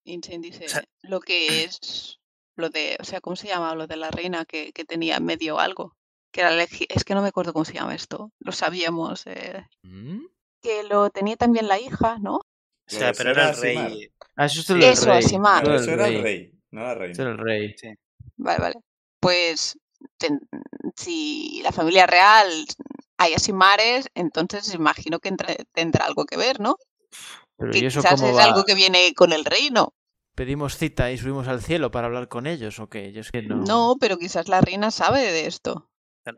Speaker 4: Insane dice
Speaker 3: O sea-
Speaker 4: lo que es lo de, o sea, ¿cómo se llama? Lo de la reina que, que tenía en medio algo. Que era legi- es que no me acuerdo cómo se llama esto. Lo sabíamos. eh,
Speaker 5: ¿Mm?
Speaker 4: Que lo tenía también la hija, ¿no?
Speaker 3: O sea,
Speaker 1: Pues
Speaker 3: pero era
Speaker 1: era
Speaker 3: el rey. eh,
Speaker 1: Asimar.
Speaker 5: Ah, eso es el del
Speaker 4: Eso,
Speaker 5: rey.
Speaker 4: Asimar.
Speaker 5: Eso
Speaker 1: Pero
Speaker 5: es
Speaker 1: eso
Speaker 5: el
Speaker 1: era el
Speaker 5: rey.
Speaker 1: rey, no la reina.
Speaker 5: Eso era el rey.
Speaker 4: Vale, vale. Pues ten- si la familia real hay asimares, entonces imagino que entre- tendrá algo que ver, ¿no?
Speaker 5: Pero
Speaker 4: que
Speaker 5: ¿y eso
Speaker 4: quizás
Speaker 5: cómo
Speaker 4: es
Speaker 5: va?
Speaker 4: algo que viene con el reino.
Speaker 5: ¿Pedimos cita y subimos al cielo para hablar con ellos o qué? Yo es que no...
Speaker 4: No, pero quizás la reina sabe de esto.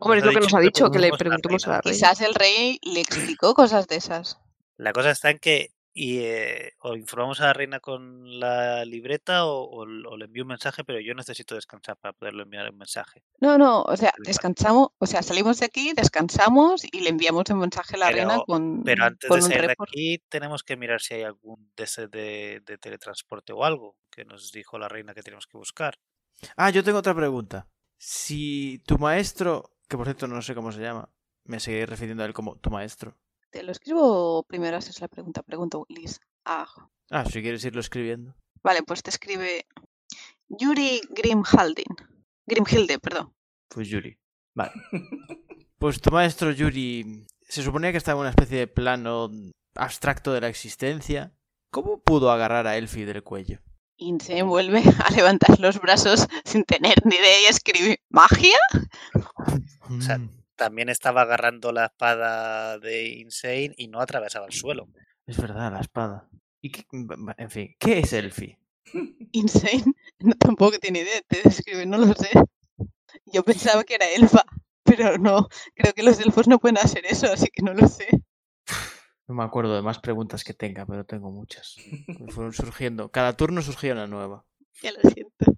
Speaker 2: Hombre, es lo que nos ha dicho, que le preguntemos a
Speaker 3: reina.
Speaker 2: la reina.
Speaker 4: Quizás el rey le explicó cosas de esas.
Speaker 3: La cosa está en que y, eh, o informamos a la reina con la libreta o, o l- o le envío un mensaje, pero yo necesito descansar para poderle enviar un mensaje.
Speaker 4: No, no, o sea,
Speaker 3: Vale.
Speaker 4: descansamos, o sea, salimos de aquí, descansamos y le enviamos un mensaje a la reina
Speaker 3: Pero-
Speaker 4: con,
Speaker 3: Pero antes
Speaker 4: Mm, con
Speaker 3: de
Speaker 4: un
Speaker 3: salir de
Speaker 4: report.
Speaker 3: aquí tenemos que mirar si hay algún de, ese de, de teletransporte o algo que nos dijo la reina que tenemos que buscar.
Speaker 5: Ah, yo tengo otra pregunta. Si tu maestro, que por cierto no sé cómo se llama, me seguiré refiriendo a él como tu maestro.
Speaker 4: Te lo escribo primero, haces la pregunta, pregunto, Liz. Ah,
Speaker 5: Ah, si quieres irlo escribiendo.
Speaker 4: vale, pues te escribe Yuri Grimhaldin. Grimhilde, perdón.
Speaker 5: Pues Yuri. Vale. Pues tu maestro Yuri se suponía que estaba en una especie de plano abstracto de la existencia. ¿Cómo pudo agarrar a Elfi del cuello?
Speaker 4: Y se vuelve a levantar los brazos sin tener ni idea y escribe, ¿magia?
Speaker 3: sea,
Speaker 5: Mm,
Speaker 3: También estaba agarrando la espada de Insane y no atravesaba el suelo.
Speaker 5: Es verdad, la espada. ¿Y qué- En fin, ¿qué es Elfi?
Speaker 4: Insane, no, tampoco tiene idea, te describe, no lo sé. Yo pensaba que era elfa, pero no, creo que los elfos no pueden hacer eso, así que no lo sé.
Speaker 5: No me acuerdo de más preguntas que tenga, pero tengo muchas. Me Fueron surgiendo. Cada turno surgía una nueva.
Speaker 4: Ya lo siento.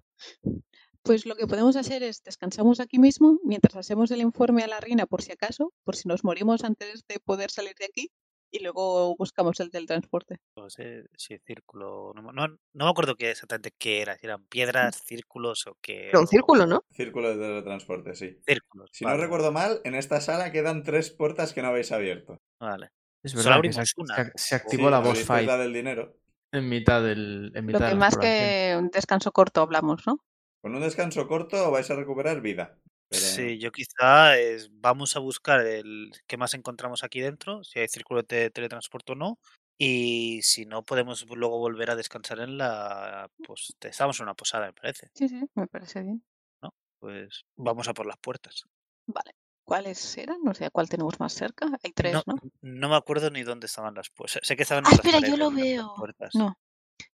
Speaker 4: Pues lo que podemos hacer es descansamos aquí mismo mientras hacemos el informe a la reina por si acaso, por si nos morimos antes de poder salir de aquí y luego buscamos el del transporte.
Speaker 3: No sé si círculo. No, me- no- no me acuerdo qué exactamente qué era. Si eran piedras, círculos o qué.
Speaker 2: Era un
Speaker 3: o-
Speaker 2: círculo, ¿no?
Speaker 1: Círculo de teletransporte, sí.
Speaker 3: Círculos.
Speaker 1: Si no
Speaker 3: vale,
Speaker 1: recuerdo mal, en esta sala quedan tres puertas que no habéis abierto.
Speaker 3: Vale.
Speaker 5: Es
Speaker 3: Solo
Speaker 5: verdad que
Speaker 3: abrimos
Speaker 5: se, ac-
Speaker 3: una.
Speaker 5: se ac- se
Speaker 3: Sí,
Speaker 5: activó la boss
Speaker 1: abristeis
Speaker 5: fight
Speaker 1: la del dinero.
Speaker 5: en mitad del. En
Speaker 4: Lo
Speaker 5: mitad de
Speaker 4: que
Speaker 5: la
Speaker 4: más
Speaker 5: exploración.
Speaker 4: que un descanso corto hablamos, ¿no?
Speaker 1: Con un descanso corto vais a recuperar vida. Pero- eh,
Speaker 3: Sí, yo quizá es- vamos a buscar el qué más encontramos aquí dentro, si hay círculo de teletransporte o no. Y si no, podemos luego volver a descansar en la. Pues te- estamos en una posada, me parece.
Speaker 4: Sí, sí, me parece bien.
Speaker 3: Pues vamos a por las puertas.
Speaker 4: Vale. ¿Cuáles eran? No sé, ¿cuál tenemos más cerca? Hay tres, ¿no?
Speaker 3: me acuerdo ni dónde estaban las puertas. Sé que estaban
Speaker 4: Ah,
Speaker 3: en las
Speaker 4: espera, yo
Speaker 3: paredes, no
Speaker 4: lo
Speaker 3: en las
Speaker 4: veo.
Speaker 3: puertas.
Speaker 4: No.